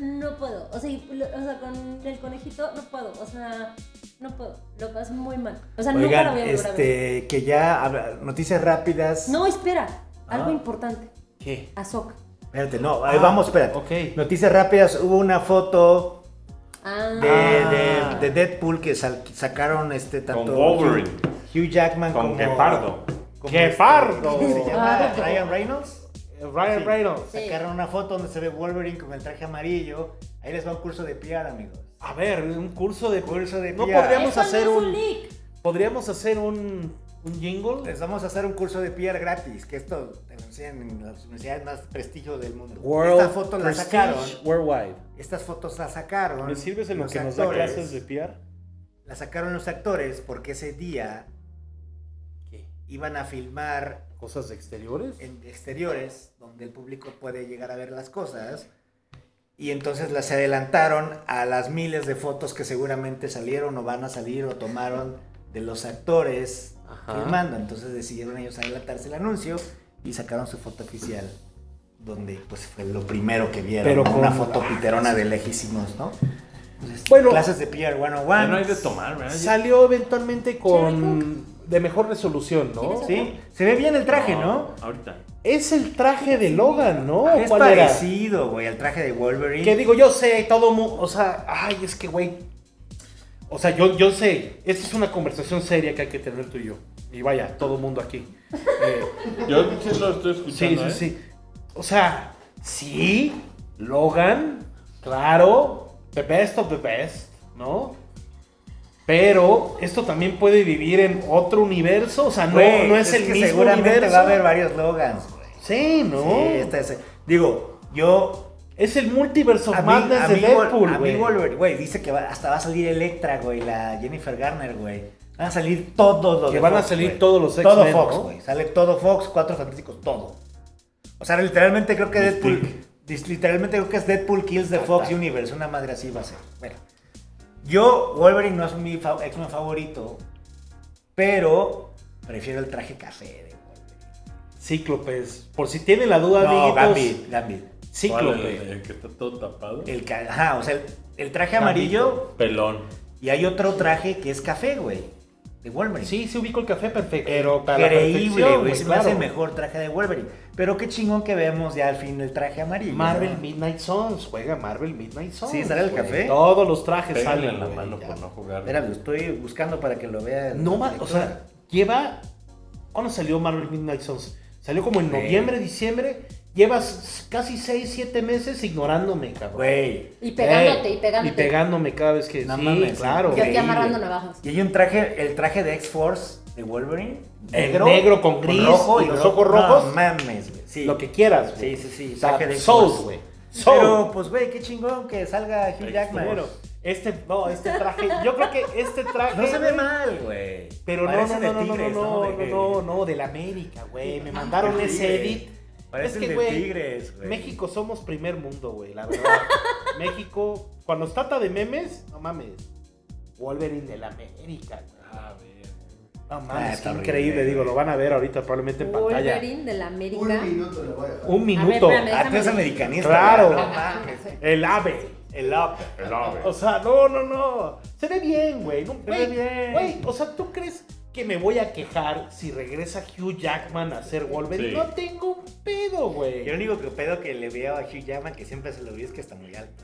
S4: no puedo. O sea, y lo- o sea, con el conejito no puedo. O sea, no puedo. Lo pasé muy mal. O sea, nunca lo
S2: Oigan,
S4: voy a volver a ver.
S2: este, que ya, habla- noticias rápidas.
S4: No, espera. Algo
S2: Ah.
S4: importante.
S1: ¿Qué?
S4: Azoka.
S2: Espérate, no, ahí
S1: Ah,
S2: vamos, espérate.
S1: ok.
S2: Noticias rápidas, hubo una foto
S4: Ah.
S2: de,
S1: Ah.
S2: de- de Deadpool que sal- sacaron este tanto
S3: Con Wolverine.
S2: Hugh, Hugh Jackman
S3: Con
S2: como
S3: Gepardo.
S2: como
S1: ¡Gepardo!
S2: ¿cómo se llama?
S4: Ah.
S2: Ryan Reynolds.
S1: Eh, Ryan
S2: Sí.
S1: Reynolds.
S4: Sí.
S2: Sacaron una foto donde se ve Wolverine con el traje amarillo. Ahí les va un curso de PR, amigos.
S1: A ver, un curso de.
S2: Curso de
S1: no
S2: PR.
S1: podríamos
S4: Eso no
S1: hacer
S4: es
S1: un.
S4: leak.
S1: Podríamos hacer un. Un jingle.
S2: Les vamos a hacer un curso de PR gratis, que esto te lo enseñan en las universidades más prestigio del mundo. Esta foto la
S1: Prestige
S2: sacaron.
S1: Worldwide.
S2: Estas fotos las sacaron.
S1: ¿Me sirves en lo
S2: los
S1: que nos da
S2: actores.
S1: clases de PR?
S2: La sacaron los actores porque ese día
S1: ¿Qué?
S2: iban a filmar
S1: ¿Cosas de exteriores?
S2: en exteriores, donde el público puede llegar a ver las cosas. Y entonces las adelantaron a las miles de fotos que seguramente salieron o van a salir o tomaron de los actores
S1: Ajá.
S2: filmando. Entonces decidieron ellos adelantarse el anuncio y sacaron su foto oficial, donde pues fue lo primero que vieron.
S1: Pero
S2: ¿no? una
S1: con-
S2: foto piterona de lejísimos, ¿no? Entonces,
S1: Bueno.
S2: clases de Pierre 101.
S3: Ya no hay de tomar, ¿verdad? Ya-
S1: Salió eventualmente con. De mejor resolución, ¿no?
S2: Sí, se ve bien el traje, ¿no?
S3: Ahorita.
S1: Es el traje de Logan, ¿no?
S2: Ah, Es
S1: ¿Cuál era?
S2: parecido, güey, al traje de Wolverine.
S1: Que digo, yo sé, todo mu- O sea, ay, es que, güey. O sea, yo, yo sé. Esta es una conversación seria que hay que tener tú y yo. Y vaya, todo mundo aquí. Eh,
S3: Yo sí lo estoy
S1: sí,
S3: escuchando.
S1: sí,
S3: ¿eh?
S1: sí. O sea, sí, Logan, claro, the best of the best, ¿no? Pero esto también puede vivir en otro universo. O sea, no,
S2: Güey,
S1: no es, el
S2: que
S1: mismo
S2: seguramente
S1: universo.
S2: va a haber varios Logans, güey.
S1: Sí, ¿no?
S2: Sí, esta es- digo, yo...
S1: Es el multiverso
S2: a
S1: of
S2: mí-
S1: madness
S2: a
S1: de
S2: mí Wol-
S1: Deadpool,
S2: A mí
S1: güey.
S2: Wolverine, güey, dice que va- hasta va a salir Electra, güey, la Jennifer Garner, güey. Van a salir todos los
S1: Que
S2: de
S1: van a
S2: Fox,
S1: salir
S2: güey.
S1: todos los
S2: Todo
S1: X-Men,
S2: Fox,
S1: ¿no?
S2: güey. Sale todo Fox, Cuatro Fantásticos, todo. O sea, literalmente creo que Deadpool... dis- Literalmente creo que es Deadpool Kills the Fox Universe. Una madre así va a ser. Bueno. Yo, Wolverine no es mi fa- X-Men favorito, pero prefiero el traje café de Wolverine.
S1: Cíclopes. Por si tienen la duda,
S2: No,
S1: amiguitos,
S2: Gambit, Gambit.
S1: Cíclope.
S3: Órale, eh, Que está todo tapado.
S2: El, ca- ajá, o sea, el, el traje amarillo
S3: Pelón.
S2: y hay otro traje que es café, güey. De Wolverine.
S1: Sí, se ubicó el café perfecto.
S2: Pero
S1: Para la
S2: creíble,
S1: perfección,
S2: güey.
S1: güey,
S2: Se me hace el
S1: claro.
S2: mejor traje de Wolverine. Pero qué chingón que vemos ya al fin el traje amarillo.
S1: Marvel
S2: ¿no?
S1: Midnight Suns, juega Marvel Midnight Suns.
S2: Sí, ¿sale el
S1: güey.
S2: café?
S1: Todos los trajes
S3: Pégale
S1: salen
S3: en la
S1: güey,
S3: mano
S1: ya.
S3: por no jugar.
S2: Espera, lo estoy buscando para que lo vea. el
S1: No, ma- o
S2: director.
S1: sea, lleva. ¿Cuándo salió Marvel Midnight Suns? Salió como en
S2: Güey.
S1: noviembre, diciembre. Llevas casi 6, 7 meses ignorándome, cabrón.
S2: Güey.
S4: Y pegándote,
S1: Ey,
S4: y pegándote.
S1: Y pegándome cada vez que.
S2: No
S1: sí,
S2: mames,
S1: claro.
S4: Yo
S2: increíble.
S4: aquí amarrando navajas.
S2: Y hay un traje, el traje de X-Force de Wolverine.
S1: El negro con gris y los
S2: rojo.
S1: ojos rojos.
S2: No mames, güey. Sí.
S1: Lo que quieras, güey.
S2: Sí, sí, sí,
S1: O sea,
S2: traje de
S1: Souls,
S2: Xbox.
S1: güey.
S2: Pero,
S1: Souls.
S2: pues, güey, qué chingón que salga Hugh Jackman.
S1: Pero, este, no, este traje. Yo creo que este traje.
S2: No se ve
S1: güey,
S2: mal, güey.
S1: Pero no,
S2: Parece
S1: no,
S2: de
S1: no, no, no,
S2: Tigres,
S1: no, no,
S2: De-
S1: no, no, del América, güey. Me mandaron
S2: de
S1: ese
S2: Tigres.
S1: edit. es
S2: Parece
S1: que,
S2: el de
S1: güey,
S2: Tigres, güey.
S1: México somos primer mundo, güey, la verdad. México, cuando se trata de memes, no mames. Wolverine del América, güey.
S3: A ver.
S1: No
S2: Ah,
S1: mames,
S2: está
S1: qué
S2: horrible,
S1: increíble,
S2: güey.
S1: digo, lo van a ver ahorita probablemente en pantalla.
S4: Wolverine de la América.
S6: Un minuto le voy a dejar.
S1: Un minuto.
S4: A ver, espérame.
S2: Ah, tú eres americanista.
S1: Claro.
S2: güey, no mames.
S1: El ave. El ave.
S3: El ave.
S1: O sea, no, no, no. Se ve bien, güey. No,
S2: Se ve
S1: güey,
S2: bien.
S1: Güey, o sea, ¿tú crees que me voy a quejar si regresa Hugh Jackman a ser Wolverine?
S3: Sí.
S1: No tengo un pedo,
S2: Yo lo
S1: güey.
S2: único que pedo que le veo a Hugh Jackman, que siempre se lo vi, es que está muy alto.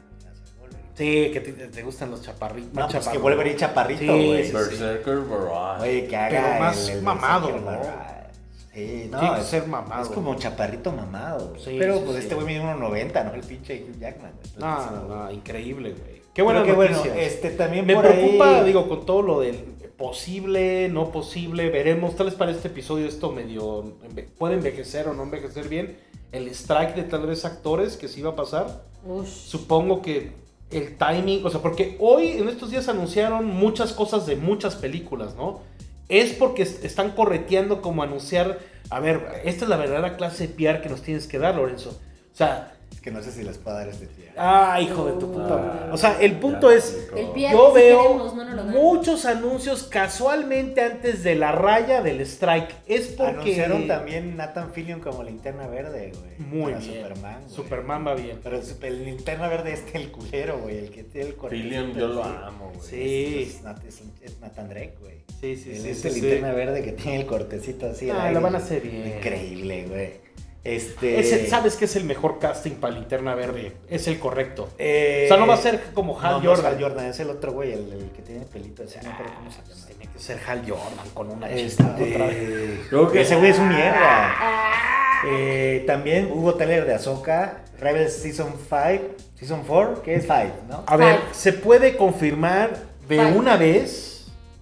S1: Sí, que te, te gustan los chaparritos.
S2: No, pues que Wolverine chaparrito,
S1: Sí,
S2: güey.
S1: sí,
S3: Berserker Barrage.
S2: Oye, que haga
S1: Pero más
S2: el- el
S1: mamado,
S2: Berserker,
S1: ¿no?
S2: ¿verdad? Sí, no.
S1: Tiene que
S2: es-
S1: ser mamado.
S2: Es como chaparrito mamado. güey.
S1: Sí,
S2: pero
S1: sí,
S2: pues
S1: sí.
S2: este güey mide 1.90, ¿no? El pinche Hugh Jackman. güey.
S1: No,
S2: Entonces,
S1: no, increíble, güey. Qué
S2: Pero
S1: buena
S2: qué bueno,
S1: noticia.
S2: este también
S1: Me
S2: por
S1: preocupa,
S2: ahí-
S1: digo, con todo lo del posible, no posible, veremos. Tal vez para este episodio esto medio enve- puede envejecer o no envejecer bien. El strike de tal vez actores que sí va a pasar.
S4: Ush.
S1: Supongo que el timing, o sea, porque hoy en estos días anunciaron muchas cosas de muchas películas, ¿no? Es porque est- están correteando como anunciar, a ver, esta es la verdadera clase de PR que nos tienes que dar, Lorenzo. O sea,
S2: Es que no sé si las puedo dar este tío.
S1: ah, hijo de tu puta. madre. O sea, el punto es,
S4: El
S3: pie
S4: pie
S1: yo
S4: que sí
S1: veo
S4: queremos, no nos lo dan.
S1: muchos anuncios casualmente antes de la raya del strike. Es porque
S2: Anunciaron también Nathan Fillion como linterna verde, güey.
S1: Muy
S2: para
S1: bien.
S2: Superman. güey.
S1: Superman va bien.
S2: Pero el, super- el linterna verde este, el culero, güey. El que tiene el corte.
S3: yo lo amo, güey.
S1: Sí,
S2: Es, Nat- es, es Nathan Drake, güey.
S1: sí, sí,
S2: el
S1: sí.
S2: este
S1: sí, sí.
S2: linterna verde que tiene el cortecito así. al
S1: Ah,
S2: aire.
S1: lo van a hacer bien.
S2: Increíble, güey. Este.
S1: Es el- ¿Sabes que es el mejor casting para Linterna Verde? Es el correcto.
S2: eh,
S1: o sea, no va a ser como Hal
S2: no, no es
S1: Jordan. Ah,
S2: Hal Jordan, es el otro güey, el, el que tiene pelito así, no creo cómo se llama.
S1: Tiene que ser Hal Jordan con una chica. otra vez.
S2: Este,
S3: Creo que-
S2: Ese güey es un mierda.
S4: Ah,
S2: Eh, también hubo trailer de Ahsoka, Rebels Season 5, Season 4, que es 5, ¿no?
S1: A ver, ¿se puede confirmar de
S4: Five.
S1: una vez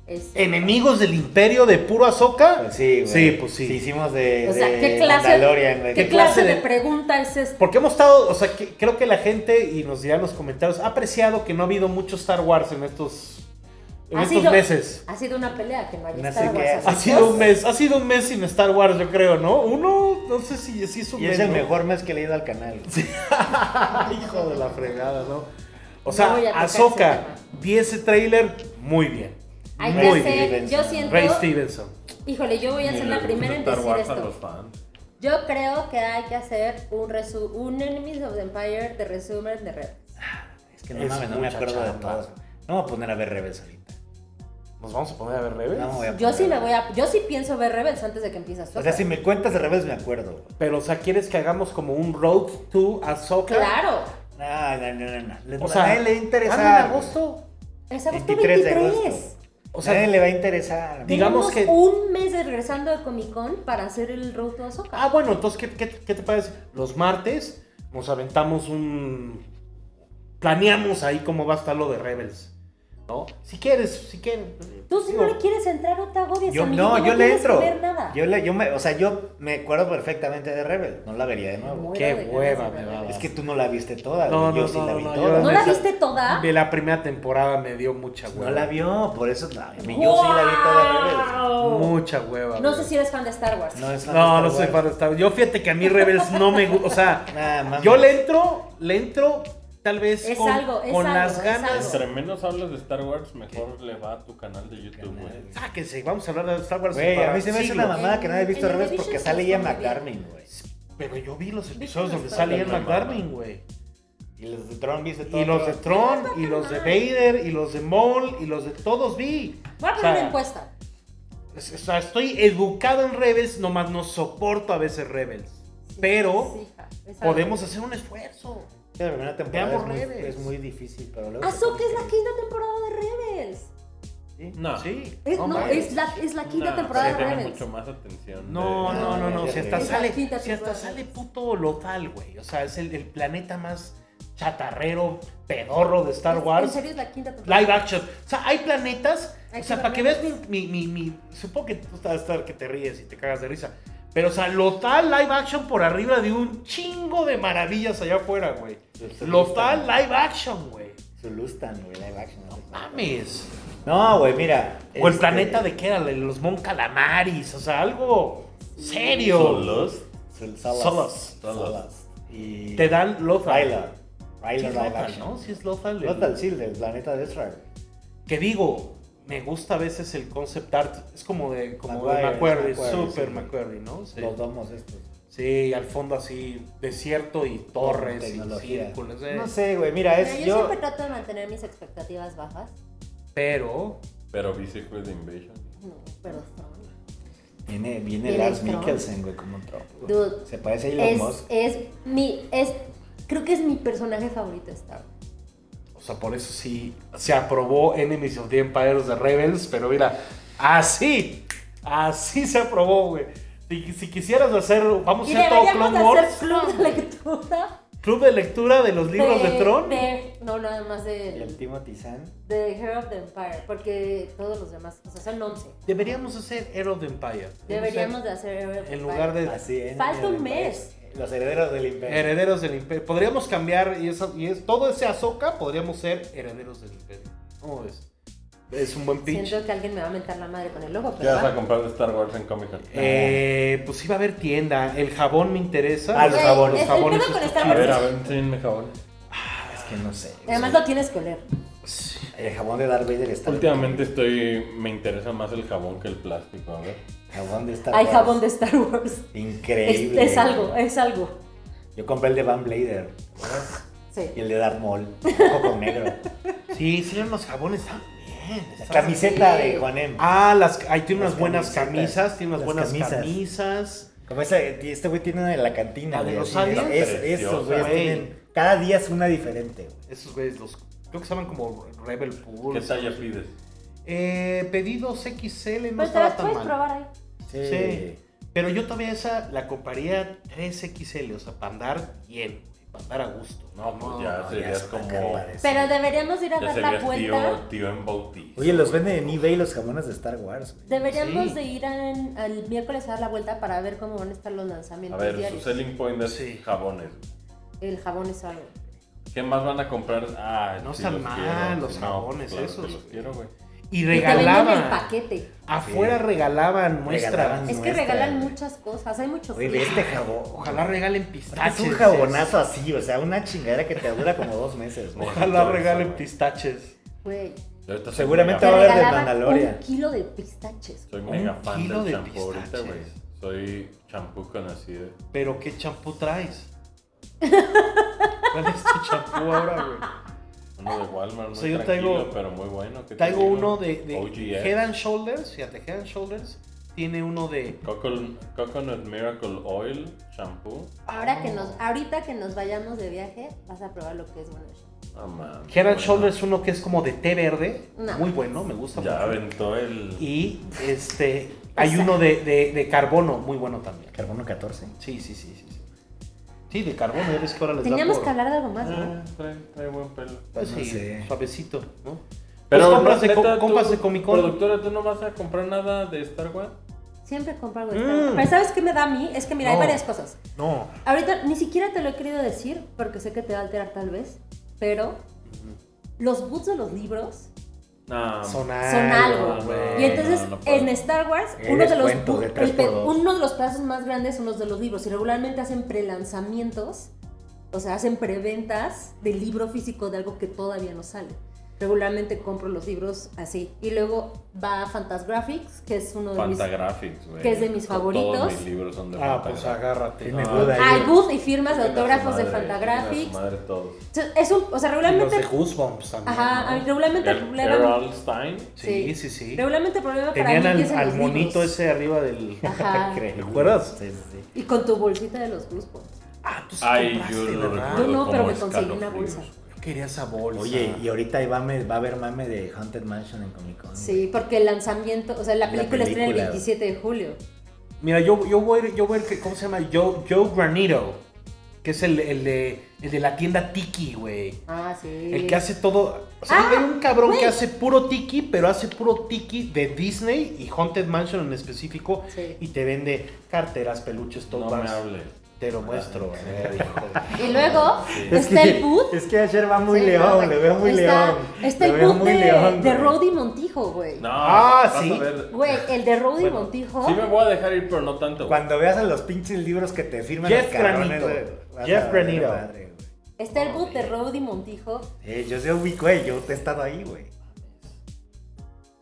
S4: Es-
S1: enemigos del imperio de puro Azoka?
S2: Pues sí, güey.
S1: Sí, pues sí.
S2: hicimos de,
S4: o sea,
S2: de
S4: ¿qué clase,
S2: Mandalorian, güey.
S4: ¿qué
S1: ¿Qué
S4: clase
S1: clase
S4: de...
S1: de-
S4: pregunta es esta?
S1: Porque hemos estado, o sea, que- creo que la gente, y nos dirán en los comentarios, ha apreciado que no ha habido mucho Star Wars en estos, en
S4: Ha
S1: estos
S4: sido-
S1: meses.
S4: Ha sido una pelea que no haya
S2: No
S4: Star
S2: sé
S4: Wars
S2: qué-
S4: así.
S1: Ha sido un mes, ha sido un mes sin Star Wars, yo creo, ¿no? Uno, no sé si, si es un
S2: Y
S1: mes,
S2: es el
S1: ¿no?
S2: mejor mes que le he ido al canal. güey.
S1: Hijo de la fregada, ¿no? O
S4: No
S1: sea,
S4: voy a tocar ese
S1: Azoka,
S4: tema.
S1: vi ese trailer, muy bien.
S4: Hay que
S1: muy
S4: hacer,
S1: bien.
S4: yo siento,
S1: Ray Stevenson.
S4: híjole, yo voy a ser la primera en decir
S3: A los
S4: esto.
S3: fans.
S4: Yo creo que hay que hacer un, resu un Enemies of the Empire de resumen de red.
S2: Es que no
S1: Es
S2: mames, no me
S1: mucha
S2: acuerdo de
S1: chamba.
S2: todos. No me voy a poner a ver Rebels ahorita.
S1: ¿Nos vamos a poner a ver Rebels?
S2: No me voy a
S4: Yo
S2: poner
S4: sí
S2: a
S4: me
S2: ver.
S4: voy a, yo sí pienso ver Rebels antes de que empiece Ahsoka.
S2: O sea, si me cuentas de Rebels me acuerdo. güey.
S1: Pero, o sea, ¿quieres que hagamos como un road to Azoka?
S4: Claro.
S2: No, Ah, no, no, no. no. Les-
S1: O sea,
S2: a él le interesa.
S1: anda en agosto.
S4: Es agosto
S2: 23 de
S4: 23.
S2: agosto.
S1: O
S2: a
S1: sea,
S2: nadie le va a interesar.
S1: Diga- Digamos
S4: Tenemos
S1: que-
S4: un mes de regresando de Comic Con para hacer el road to Ahsoka.
S1: ah, bueno, entonces, ¿qué, qué, qué te parece? Los martes nos aventamos un... Planeamos ahí cómo va a estar lo de Rebels, ¿no? Si quieres, si quieres.
S4: Tú si
S1: Digo,
S4: no le quieres entrar, no te agobies,
S2: Yo,
S4: amigo,
S2: no, yo le
S4: quieres
S2: entro.
S4: saber nada.
S2: Yo le, yo me, o sea, yo me acuerdo perfectamente de Rebel. No la vería de nuevo.
S4: Muero
S1: qué
S4: de ganas
S1: hueva
S4: de
S1: me
S4: ver
S1: daba.
S4: Rebels.
S2: Es que tú no la viste toda.
S1: No,
S2: güey. yo
S1: no,
S2: sí
S1: no,
S2: la
S1: no,
S2: vi
S1: no,
S2: toda.
S1: yo
S4: ¿No la
S1: Esa-
S4: viste toda?
S1: de la primera temporada me dio mucha hueva.
S2: No la vio, por eso no, a mí yo sí la vi toda Rebel.
S4: ¡Wow!
S1: Mucha hueva.
S4: No
S1: güey.
S4: sé si eres fan de Star Wars.
S2: No, es fan de
S1: No, no
S2: Star
S1: soy
S2: Wars.
S1: fan de Star Wars. Yo fíjate que a mí Rebels no me gusta. O sea,
S2: Nah, mames.
S1: yo le entro, le entro tal vez
S4: Es
S1: con,
S4: algo, es
S1: con
S4: algo,
S1: las
S4: es
S1: ganas.
S4: algo.
S3: Entre menos hablas de Star Wars, mejor le va a tu canal de YouTube, güey.
S1: Sáquense, vamos a hablar de Star Wars.
S2: Güey, a
S1: para
S2: mí se me hace
S1: siglos.
S2: una mamada que no haya
S4: En-
S2: visto
S4: en
S2: Rebels
S4: Univision
S2: porque
S4: se
S2: sale
S4: los
S2: Ian
S4: pone bien.
S2: McDarmin, güey.
S1: Pero yo vi los
S4: Viste
S1: episodios donde
S4: los
S1: sale
S3: Star
S1: Ian
S3: Wars.
S1: McDarmin, güey.
S2: Y los de Tron viste todo.
S1: Y los de
S2: todo.
S1: Tron, y los de Vader, y los de Maul, y los de todos vi.
S4: Voy a
S1: O
S4: poner
S1: sea,
S4: una encuesta.
S1: es- O sea, estoy educado en Rebels, nomás no soporto a veces Rebels. Pero
S4: Sí, hija, es algo.
S1: podemos hacer un esfuerzo.
S2: Sí, La primera temporada es
S1: Veamos
S2: muy,
S1: Rebels.
S2: es muy difícil, pero luego.
S4: Ahsoka Ah, es la quinta temporada de Rebels.
S3: No.
S1: Sí.
S4: Es-
S1: No
S4: no,
S1: mames.
S4: es la, es la quinta
S3: Nah,
S4: temporada
S3: sí,
S4: de
S3: tiene
S4: Rebels.
S3: mucho más atención.
S1: No,
S3: de-
S1: no, no, no. Si hasta
S2: Es
S4: la
S1: sale,
S4: quinta
S1: si hasta
S4: temporada.
S1: sale puto local, güey. O sea, es el, el planeta más chatarrero, pedorro de Star
S4: En
S1: Wars.
S4: serio es la quinta temporada.
S1: Live action. O sea, hay planetas.
S4: Hay
S1: o sea, para que veas
S4: planetas.
S1: mi, mi, mi, mi- Supongo que tú estás estar que te ríes y te cagas de risa. Pero, o sea, lo tal live action por arriba de un chingo de maravillas allá afuera, güey.
S2: Absolutamente.
S1: Lo tal live action, güey.
S2: Zulustan, güey, live action. No,
S1: Mames.
S2: No, güey, mira.
S1: O el
S2: este,
S1: planeta de qué era, de los Mon Calamaris. O sea, algo serio.
S3: Solos.
S2: Zul- Solas.
S1: Solas.
S2: Solas. Y.
S1: Te dan Lothal.
S2: Rylar.
S1: Sí
S2: Rylar
S1: es
S2: live
S1: Lothal,
S2: action.
S1: ¿no? Sí es Lothal. el-
S2: Lothal, sí, el del planeta de Ezra, güey.
S1: Que digo, me gusta a veces el concept art. Es como de, como de
S2: Macquarie,
S1: McQuarrie,
S2: Macquarie,
S1: super
S2: sí.
S1: McQuarrie, ¿no? Sí.
S2: Los domos estos.
S1: Sí, al fondo así, desierto y torres y
S2: Tecnología.
S1: círculos. eh.
S2: No sé, güey, mira,
S4: Pero
S2: es.
S4: yo,
S2: Yo.
S4: siempre trato de mantener mis expectativas bajas.
S1: Pero,
S3: Pero vi Secret Invasion.
S4: No, pero Tron.
S2: Viene, viene
S4: Viene
S2: Lars
S4: Tron.
S2: Mikkelsen, güey, como un Tron. güey.
S4: Dude,
S2: Se parece a Elon
S4: Es,
S2: Musk.
S4: es mi. Es, creo que es mi personaje favorito de Star Wars.
S1: o sea, por eso sí se aprobó Enemies of the Empires de Rebels, pero mira, así, así se aprobó, güey. Si, si quisieras hacer, vamos
S4: Y
S1: a hacer todo
S4: deberíamos
S1: Clone
S4: de
S1: Wars,
S4: hacer club de lectura.
S1: club de lectura de los libros de, Tron.
S4: de- no, nada más
S2: Y el
S4: de.
S2: Timothy Zahn.
S4: De Hero of the Empire. Porque todos los demás. O sea, son 11.
S1: Deberíamos hacer Hero of the Empire.
S4: Deberíamos de hacer Hero of the
S1: En
S4: Empire.
S1: lugar de.
S2: Así ¿eh? es.
S4: Falta un
S2: mira,
S4: mes.
S2: güey. Los herederos del imperio.
S1: Herederos del Imperio. Podríamos cambiar y, eso, y es, todo ese Azoka podríamos ser herederos del Imperio. ¿Cómo ves? Es un buen pitch.
S4: Siento que alguien me va a mentar la madre con el logo,
S3: Ya
S4: pero
S3: vas a
S4: va.
S3: comprar de Star Wars en Comic Con.
S1: Eh, pues iba a haber tienda. El jabón me interesa.
S2: Ah, los
S4: Güey,
S2: jabones,
S4: es- el
S1: jabones
S4: pedo con
S1: estos
S4: Star
S3: a
S4: Wars
S3: ver,
S4: es-
S3: a ver, enséñenme jabón.
S2: Es que no sé.
S4: Además lo tienes que oler.
S2: El jabón de Darth Vader está.
S3: Últimamente estoy. Me interesa más el jabón que el plástico, a ver.
S2: Jabón de Star
S4: Hay
S2: Wars.
S4: jabón de Star Wars. Es,
S2: Increíble.
S4: es algo, es algo.
S2: Yo compré el de Van Blader. Y
S4: Sí.
S2: el de Darth Maul. Un poco negro.
S1: Sí, sí, eran los jabones también.
S2: La camiseta
S4: Sí.
S2: de Juanem.
S1: Ah, las, ahí tiene
S2: Las
S1: unas buenas
S2: camisetas.
S1: camisas, tiene unas
S2: Las
S1: buenas
S2: camisas.
S1: camisas.
S2: Como esa, este güey tiene una de la cantina.
S1: ¿La Ah, de
S2: güey,
S1: los
S2: así,
S1: aliens?
S2: es-
S3: Preciosa,
S2: Esos güeyes
S1: güey.
S2: tienen. Cada día es una diferente. güey.
S1: Esos güeyes, los, creo que se llaman como Rebel Pool.
S3: ¿Qué talla pides?
S1: Eh, pedidos XL no
S4: Pero Pues te las
S1: estaba tan
S4: puedes
S1: mal.
S4: probar ahí.
S1: Sí. Pero yo todavía esa la compraría 3XL, o sea, para andar bien, güey, para andar a gusto.
S3: No, pues ya
S2: Ya
S3: serías
S2: es una
S3: como.
S2: barbaridad.
S4: Pero deberíamos ir a
S3: Ya
S4: dar la
S3: serías
S4: cuenta.
S3: tío, tío en bautizo.
S2: Oye, los venden en eBay los jabones de Star Wars. güey.
S4: Deberíamos
S1: Sí.
S4: de ir al, al miércoles a dar la vuelta para ver cómo van a estar los
S3: A
S4: lanzamientos
S3: ver, su
S4: diarios.
S3: selling point es
S1: Sí.
S3: jabones.
S4: El jabón es algo.
S3: ¿Qué más van a comprar? Ah,
S1: No
S3: sí
S1: están
S3: los
S1: mal
S3: quiero.
S1: los
S3: No,
S1: jabones
S3: claro que
S1: esos,
S3: Los
S1: güey.
S3: quiero, güey.
S1: Y
S4: Y te vendían el
S1: regalaban.
S4: paquete.
S1: Afuera regalaban muestras.
S2: Regalaban.
S4: Es que
S2: Muestra,
S4: regalan
S2: güey.
S4: muchas cosas, hay muchos.
S2: Güey, ve este jabón.
S1: Ojalá regalen pistaches.
S2: Es un jabonazo así, o sea, una chingadera que te dura como dos meses. güey.
S1: Ojalá regalen pistaches.
S4: Güey,
S3: Yo ahorita soy
S2: Seguramente
S4: te
S2: Te va
S3: mega-
S2: a hablar del
S4: regalaban un
S2: Mandalorian.
S4: kilo de pistaches.
S3: Soy
S1: Un
S3: mega fan
S1: kilo
S3: del
S1: de
S3: champú ahorita,
S1: pistaches.
S3: güey. Soy champú conocido.
S1: Pero qué champú traes. ¿Cuál es tu champú ahora, güey?
S3: Uno de Walmart, muy
S1: O sea, yo
S3: tranquilo,
S1: traigo-
S3: pero muy bueno. ¿qué te
S1: Traigo
S3: digo?
S1: uno de, de
S3: OGX.
S1: Head and Shoulders. Fíjate, Head and Shoulders tiene uno de.
S3: Cocol- Coconut Miracle Oil Shampoo.
S4: Ahora que nos, ahorita que nos vayamos de viaje, vas a probar lo que es bueno.
S3: Ah, man,
S1: Head and
S3: bueno.
S1: Shoulders, uno que es como de té verde.
S4: No.
S1: Muy bueno, me gusta
S3: Ya
S1: mucho.
S3: aventó el.
S1: Y este. Hay uno de, de- de carbono, muy bueno también.
S2: Carbono 14.
S1: Sí, sí, sí, sí. sí. Sí, de carbono, ya ves que ahora les Pues da
S4: Teníamos
S1: por-
S4: que hablar de algo más, ¿no?
S3: Ah, trae, trae buen pelo.
S1: Pues
S2: No
S1: sí,
S2: sé.
S1: suavecito, ¿no?
S3: Pero
S1: Pues compras de
S3: no,
S1: co-
S3: neta,
S1: compras
S3: tú,
S1: de Comic Con.
S3: Productora, ¿tú no vas a comprar nada de Star Wars?
S4: Siempre compro algo de
S1: Mm.
S4: Star Wars. Pero ¿sabes qué me da a mí? Es que mira,
S1: No.
S4: hay varias cosas.
S1: No.
S4: Ahorita ni siquiera te lo he querido decir porque sé que te va a alterar tal vez, pero los boots de los libros
S3: No.
S1: Son
S4: son algo.
S1: algo, güey.
S4: y entonces
S3: no, no puedo.
S4: en Star Wars
S2: El
S4: uno de los
S2: descuento de
S4: bu-
S2: tres
S4: el pe-
S2: por dos.
S4: uno de los pedazos más grandes son los de los libros y regularmente hacen prelanzamientos, o sea, hacen preventas del libro físico de algo que todavía no sale. Regularmente compro los libros así y luego va a Fantasgraphics, que es uno de
S3: Fantagraphics, güey.
S4: Que es de mis
S3: Todos
S4: favoritos.
S3: mis libros son de
S1: Ah, pues
S3: Fantagraphics.
S1: agárrate.
S2: Tiene
S3: Ah.
S2: duda
S4: mis
S2: ahí.
S4: hay booth y firmas de
S3: Chinga su
S4: autógrafos
S3: madre,
S4: de
S3: chinga su
S4: Fantagraphics.
S3: Madre, todos.
S4: Es un, o sea,
S1: Y los
S4: regularmente
S1: de Goosebumps también.
S4: Ajá, a
S1: ¿no?
S4: mí regularmente el
S3: Er-
S4: problema.
S3: Errol Stein.
S1: Sí,
S4: sí.
S1: sí, sí.
S4: Regularmente el problema
S1: Tenían
S4: para mí
S1: al,
S4: es en
S1: al
S4: los
S1: monito
S4: libros.
S1: ese arriba del.
S4: Ajá.
S1: ¿Te acuerdas?
S2: Sí, sí, sí.
S4: Y con tu bolsita de los Goosebumps.
S1: Ah, tú sí
S3: Ay, yo
S1: compraste,
S3: lo
S1: ¿verdad?
S3: recuerdo.
S4: Yo no,
S3: como
S4: pero me conseguí una
S3: escalofríos,
S4: bolsa.
S3: güey.
S1: Yo quería esa bolsa.
S2: Oye, y ahorita ahí va, me- va a haber mame de Haunted Mansion en Comic Con.
S4: Sí, porque el lanzamiento, o sea, la
S2: La
S4: película, estrena el
S2: película.
S4: 27 de julio.
S1: Mira, yo, yo voy a ir, yo voy a ir que- ¿cómo se llama? Joe, Joe Granito. Que es el, el de, el de la tienda Tiki, güey.
S4: Ah, sí. Ah,
S1: El que hace todo. O sea, hay un cabrón
S4: güey.
S1: que hace puro tiki, pero hace puro tiki de Disney y Haunted Mansion en específico.
S4: Sí.
S1: Y te vende carteras, peluches, todo
S3: No me hables.
S1: Te lo muestro. eh, hijo.
S4: Y luego
S2: Es
S4: está
S2: que,
S4: el boot.
S2: Es que ayer va muy
S4: Sí,
S2: león,
S4: no,
S2: le veo muy
S4: está,
S2: león.
S4: Está
S2: Le
S4: el
S2: veo
S4: boot
S2: muy
S4: de,
S2: león,
S4: de
S2: güey.
S4: Roddy Montijo, güey.
S3: No,
S1: Ah,
S3: vas
S1: sí.
S3: A ver.
S4: Güey, el de Roddy
S1: Bueno,
S4: Montijo.
S3: Sí me voy a dejar ir, pero no tanto. güey.
S2: Cuando veas a los pinches libros que te firman
S1: Jeff
S2: los cabrones,
S1: Granito.
S2: güey, vas
S1: Jeff
S2: a ver,
S1: Granito.
S2: madre, güey.
S4: Está el boot de Roddy Montijo.
S2: Eh, yo soy ubico, güey, yo te he estado ahí, güey.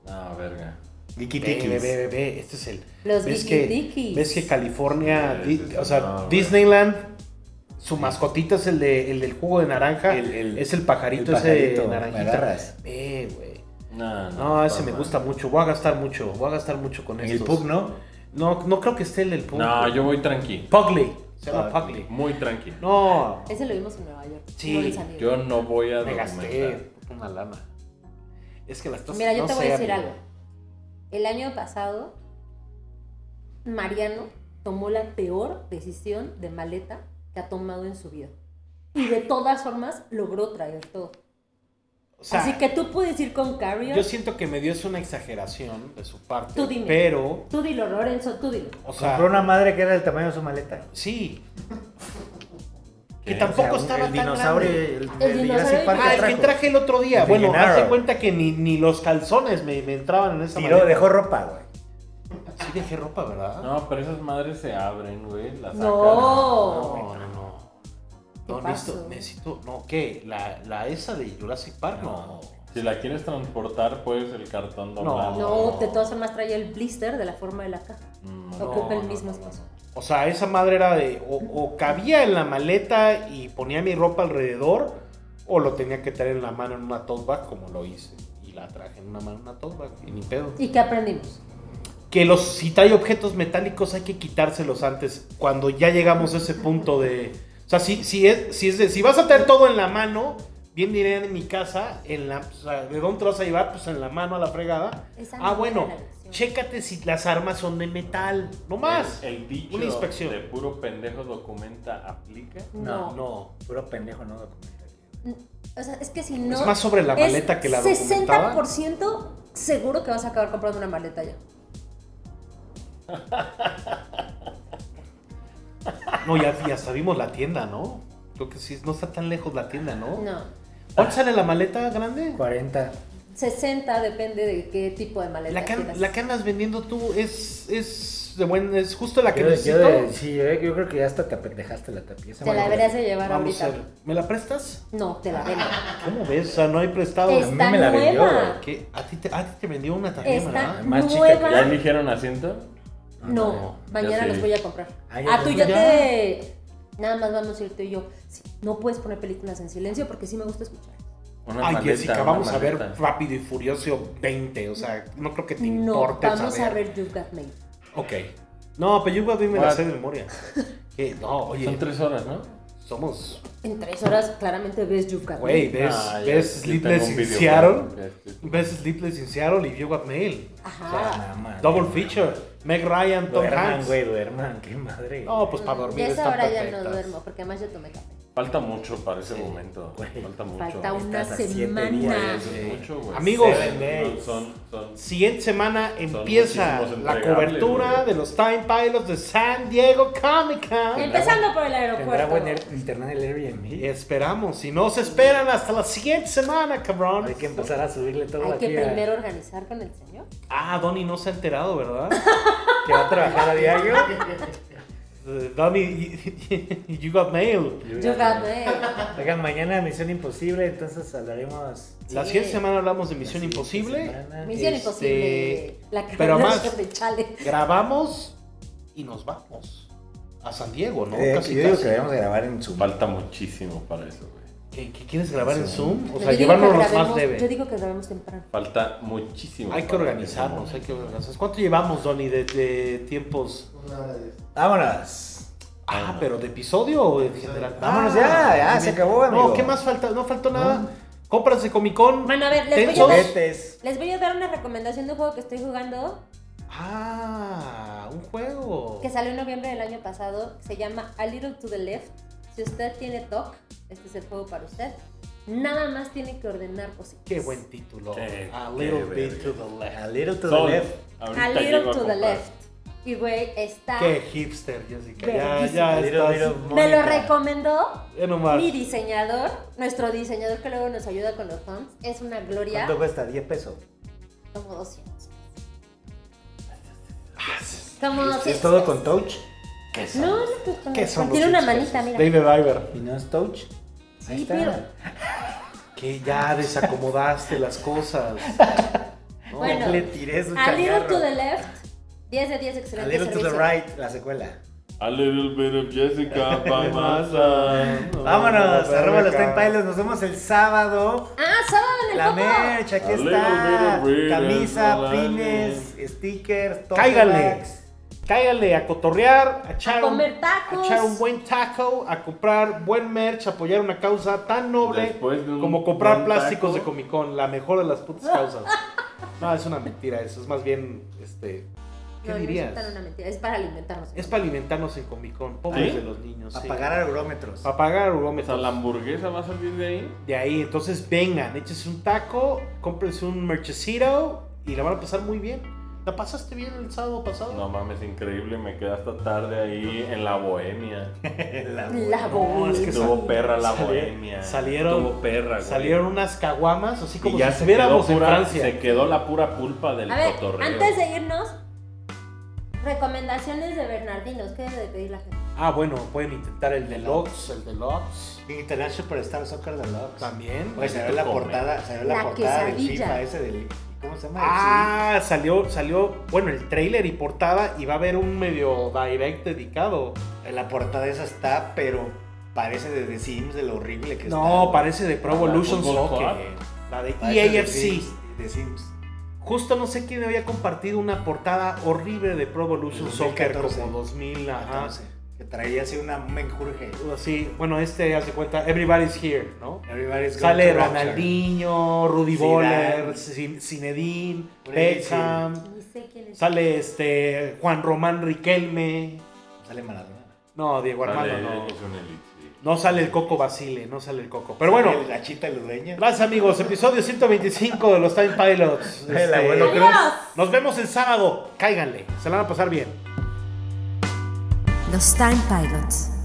S3: No, verga.
S2: Vicky
S1: Ve, ve,
S2: Tikis.
S1: ve, ve, ve, Este es el.
S4: Los
S1: ves que,
S4: Viquitikis.
S1: ves que California.
S3: Sí,
S1: di-
S3: sí, sí,
S1: o sea,
S3: no, güey.
S1: Disneyland. Su mascotita es el, de, el del jugo de naranja.
S2: El- el-
S1: es el pajarito,
S2: el
S1: ese
S2: pajarito,
S1: naranjita.
S2: ¿me agarras?
S1: Ve, güey.
S3: No,
S1: No, ese
S3: está
S1: me
S3: mal.
S1: gusta mucho. Voy a gastar mucho. Voy a gastar mucho con
S2: En
S1: esto.
S2: el pub, ¿no?
S1: No, no creo que esté el del pub.
S3: No, yo voy tranqui.
S1: Pugly. Se llama Pugly.
S2: Pugly.
S3: Muy tranqui.
S1: No.
S4: Ese lo vimos en Nueva York.
S1: Sí,
S4: no en San Diego.
S3: Yo no voy a
S1: Me
S3: documentar.
S1: gasté una lana. Es que las estás...
S4: Mira, yo
S1: no
S4: te voy
S1: sé,
S4: a decir
S1: amigo.
S4: algo. El año pasado, Mariano tomó la peor decisión de maleta que ha tomado en su vida. Y de todas formas logró traer todo.
S1: O sea,
S4: Así que tú puedes ir con Carrier.
S1: yo siento que me dio es una exageración de su parte.
S4: Tú dime.
S1: Pero,
S4: Tú dilo, Lorenzo, tú dilo.
S1: o sea,
S2: Compró una madre que era del tamaño de su maleta.
S1: sí. Que
S2: Eh,
S1: tampoco
S2: o sea,
S1: estaba
S2: el
S1: tan
S2: dinosaurio,
S1: grande.
S2: El,
S4: El
S2: el
S4: dinosaurio
S2: Jurassic Park
S1: Ah,
S2: que
S1: el que
S2: trajo.
S1: traje el otro día.
S2: El de
S1: Bueno,
S2: Gennaro.
S1: hace cuenta que ni, ni los calzones me, me entraban en esa
S2: Tiró,
S1: maleta.
S2: dejó ropa, güey.
S1: Sí dejé ropa, ¿verdad?
S3: No, pero esas madres se abren, güey.
S1: Ah,
S3: Las
S4: No.
S1: no, no. no.
S4: ¿Qué
S1: No, necesito,
S4: pasó?
S1: necesito, no, ¿qué? La, la esa de Jurassic Park, no.
S3: Si la quieres transportar, pues el cartón doblado.
S4: No, de todas formas traía el blister de la forma de la caja.
S3: Mm,
S1: No,
S4: Ocupa el
S1: no,
S4: mismo
S1: no, no,
S4: espacio.
S1: O sea, esa madre era de, o, o cabía en la maleta y ponía mi ropa alrededor, o lo tenía que traer en la mano en una tote bag, como lo hice. Y la traje en una mano en una tote bag, y ni pedo.
S4: ¿Y qué aprendimos?
S1: que los si trae objetos metálicos hay que quitárselos antes cuando ya llegamos a ese punto de o sea si si es si es de- si vas a tener todo en la mano bien diré en mi casa en la o sea, de dónde te lo vas a llevar pues en la mano a la fregada
S4: Esa no
S1: ah
S4: era
S1: bueno
S4: la lección.
S1: chécate si las armas son de metal no más
S3: El, el dicho
S1: Una inspección.
S3: de puro pendejo documenta aplica.
S4: No.
S1: no
S2: Puro pendejo, no documenta.
S4: O sea, es que si no.
S1: es más sobre la
S4: es
S1: maleta que la documentaba
S4: 60% seguro que vas a acabar comprando una maleta ya.
S1: no ya, ya sabimos la tienda no creo que sí no está tan lejos la tienda no,
S4: No.
S1: ¿cuánto sale la maleta grande
S2: 40.
S4: 60 depende de qué tipo de maleta
S1: La que,
S4: quieras.
S1: la que andas vendiendo tú es, es de buen, es justo la que
S2: Yo,
S1: necesito.
S2: yo de- sí, eh, yo creo que ya hasta te apendejaste la tapia.
S4: Te la deberías de llevar
S1: Vamos a
S4: ahorita.
S1: ver. ¿Me la prestas?
S4: No, te la vendo.
S1: ¿Cómo ves? O sea, no hay prestado.
S2: Ah, mí
S4: Está
S2: me la vendió, Ah,
S4: nueva.
S1: ¿Qué? ¿A, ti te, a ti te vendió una también,
S4: Está
S1: ¿verdad?
S2: Más chica que Ah,
S4: nueva.
S3: ¿Ya eligieron asiento?
S4: No,
S2: No,
S4: mañana
S3: ya
S4: los
S3: sé.
S4: voy a comprar.
S2: Ah, ya
S4: Ah, tú
S2: sé.
S4: ya
S1: Ya.
S4: te. Nada más vamos a ir tú y yo. Sí, no puedes poner películas en silencio porque sí me gusta escuchar.
S3: Una
S1: Ay,
S3: maleta,
S1: Jessica,
S3: una
S1: vamos a ver
S3: maleta.
S1: Rápido y Furioso 20. O sea, no creo que te
S4: No,
S1: importe
S4: vamos
S1: saber.
S4: a ver You've Got Mail.
S1: Ok. No, pero yo a mí me la
S3: What?
S1: sé de memoria. ¿Qué? No,
S3: Son
S1: oye,
S3: tres horas, ¿no?
S1: somos...
S4: En tres horas claramente ves You've Got
S1: Güey,
S4: Mail.
S1: ves,
S3: Ah, ya,
S1: ves
S3: sí,
S1: Sleepless
S3: tengo un
S1: in
S3: video,
S1: Seattle.
S3: güey. Ya, sí.
S1: Ves Sleepless in Seattle y You Got Mail.
S4: Ajá.
S1: Double feature. Meg Ryan, Tom
S2: Duerman,
S1: Hanks.
S2: güey, duerman, qué madre.
S1: No, pues para
S4: Ya
S1: dormir
S4: a esa
S1: están
S4: hora ya
S1: perfectas.
S4: no duermo porque además yo tomé café.
S3: Falta mucho para ese momento.
S2: Güey.
S3: Falta mucho.
S4: Falta una
S2: Estás a siete
S4: semana.
S2: días.
S3: Eso es mucho, güey.
S1: Amigos.
S3: Seven days. son, son,
S1: Siguiente semana empieza
S3: muchísimos
S1: la
S3: entregables,
S1: cobertura
S3: güey.
S1: de los Time Pilots de San Diego Comic Con.
S4: Empezando por el
S2: Tendrá buen
S4: aeropuerto.
S2: air- internet el Airbnb.
S1: Esperamos, si no se esperan hasta la siguiente semana, cabrón.
S2: Hay que empezar a subirle todo
S4: Hay
S2: aquí.
S4: que
S2: a-
S4: primero organizar con el señor.
S1: Ah, Donnie no se ha enterado, ¿verdad?
S2: Que va a trabajar a diario.
S1: Eh, Donnie, you got mail.
S4: You've Got Mail.
S2: Oigan, mañana Misión Imposible, entonces hablaremos.
S1: La
S4: Sí.
S1: siguiente semana hablamos de Misión
S2: La siguiente
S1: Imposible.
S2: semana.
S4: Misión
S1: Este,
S4: imposible. La carrera
S1: pero más-
S4: de Chale.
S1: Grabamos y nos vamos a San Diego, ¿no?
S2: Eh,
S1: Casi,
S2: yo digo
S1: casi.
S2: que debemos grabar en Zoom.
S3: Falta muchísimo para eso, güey.
S1: ¿Qué, qué quieres grabar en Zoom? O sea,
S4: Yo digo que
S1: llevarnos los más
S4: grabemos-
S1: leve.
S4: Yo digo que grabemos temprano.
S3: Falta muchísimo.
S1: Hay que
S3: para
S1: organizarnos,
S3: ese
S1: hay que organizarnos. ¿Cuánto llevamos, Donny, de, de tiempos?
S6: Una hora diez.
S2: Vámonos.
S1: Ah, pero de episodio o en general.
S2: Vámonos
S1: Ah,
S2: ya, ya,
S1: muy
S2: se
S1: bien.
S2: acabó,
S1: No,
S2: amigo.
S1: ¿qué más falta? No faltó nada. Compras de Comic Con.
S4: Bueno, a ver, les voy a
S1: ¿Tensos?
S4: dar-
S2: Juguetes.
S4: Les voy a dar una recomendación de un juego que estoy jugando
S1: Ah, un juego.
S4: que salió en noviembre del año pasado. Se llama A Little to the Left. Si usted tiene TOC, este es el juego para usted. Nada más tiene que ordenar cositas.
S1: Qué buen título.
S3: Qué-
S1: A little
S3: qué
S1: bit to the
S2: A
S1: left.
S2: little to the
S3: momento. Sol,
S2: left.
S3: ahorita
S4: A
S3: llego
S4: Little to the
S3: comprar.
S4: Left. Y güey, está.
S1: Qué hipster, Jessica. Ya,
S4: Verguísima.
S1: ya
S2: Little,
S1: estás.
S2: little
S4: Me lo
S2: Mónica.
S4: recomendó
S1: Ya nomás.
S4: mi diseñador, nuestro diseñador que luego nos ayuda con los thumbs. Es una gloria.
S2: ¿Cuánto cuesta? 10 pesos.
S4: Como 200. Como
S2: ¿Es
S4: 200.
S2: todo con touch?
S4: No, no, pues con
S1: ¿Qué son
S4: Tiene
S1: los
S4: una
S1: hipsters?
S4: manita, mira.
S1: David Iver.
S2: ¿Y no es touch?
S4: Sí,
S2: Ahí está.
S4: pero-
S1: Que ya desacomodaste las cosas. No,
S4: Bueno.
S2: Oh, Le tiré su
S4: A little
S2: changarro.
S4: to the left. 10 de 10, excelente
S2: A little to
S4: servicio.
S2: the right, la secuela.
S3: A little bit of Jessica by my side.
S2: Vámonos,
S1: no,
S2: arroba los
S1: Rebeca.
S2: Time Pilots. Nos vemos el sábado.
S4: Ah, sábado en el
S2: La
S4: Coco.
S2: merch, aquí
S3: A
S2: está.
S3: little bit of reading,
S2: Camisa,
S3: la
S2: pines, stickers, todo.
S1: Cáiganle. Cáiganle a cotorrear, a echar,
S4: A
S1: un-
S4: comer tacos.
S1: a echar un buen taco, a comprar buen merch, a apoyar una causa tan noble
S3: Después de un
S1: como comprar
S3: buen
S1: plásticos
S3: taco.
S1: de Comic Con, la mejor de las putas causas. No, es una mentira eso, es más bien, este, ¿qué
S4: No, no
S1: dirías?
S4: es tan una mentira, es para alimentarnos.
S1: Es para alimentarnos en Comic Con, pobres
S3: ¿Sí?
S1: de los niños. sí.
S2: Apagar aerómetros.
S1: Para pagar
S3: O sea,
S1: urgómetros.
S3: la hamburguesa va a salir de ahí.
S1: De ahí, entonces vengan, échense un taco, cómprense un merchecito y la van a pasar muy bien. ¿La pasaste bien el sábado pasado?
S3: No mames, increíble, me quedé hasta tarde ahí en la bohemia.
S4: La
S1: No, es que
S4: bohemia.
S3: Tuvo perra la
S1: sali-
S3: bohemia.
S1: salieron-
S3: Tuvo perra, güey.
S1: Salieron unas caguamas, así como
S3: y
S1: si
S3: ya se quedó,
S1: estuviéramos en
S3: pura-
S1: Francia.
S3: se quedó la pura pulpa del
S4: A ver,
S3: cotorreo.
S4: antes de irnos, recomendaciones de Bernardinos. ¿Qué debe de pedir la gente?
S1: Ah, bueno, pueden intentar el deluxe, el deluxe.
S2: International Superstar Soccer Deluxe.
S1: También.
S2: Oye, salió la
S3: Come.
S2: portada, salió la,
S4: La
S2: portada del
S4: quesadilla.
S2: FIFA ese del. ¿Cómo se llama?
S1: Ah, salió, salió, bueno, el trailer y portada y va a haber un medio direct dedicado.
S2: Sí, La portada esa está, pero parece de The Sims, de lo horrible que está.
S1: No, parece de Pro
S3: La
S1: Evolution
S3: Football
S1: Soccer. La de E
S2: Parece de
S1: EAFC.
S2: Sims, De Sims.
S1: Justo no sé quién había compartido una portada horrible de Pro Evolution Soccer
S2: 2014.
S1: como 2000. Ajá.
S2: Entonces, que traía así una un menjurje.
S1: Así, bueno, este hace cuenta, Everybody's Here, ¿no?
S2: Everybody's going
S1: Sale
S2: to rapture.
S1: Ronaldinho, Rudy
S2: Zidane.
S1: Boller, Zin- Zinedine,
S2: Brady,
S1: Beckham.
S4: Ni sé quién es.
S1: Sale este Juan Román Riquelme.
S2: Sale Maradona.
S1: No, Diego
S3: Dale,
S1: Armando no.
S3: es un elite, sí.
S1: No sale el Coco Basile, no sale el Coco. Pero bueno,
S2: Sale La chita ludeña.
S1: gracias amigos. Episodio 125 de los Time Pilots. Este,
S2: El abuelo
S4: Cruz. Adiós.
S1: Nos vemos el sábado. Cáiganle. Se la van a pasar bien.
S5: Los Time Pilots.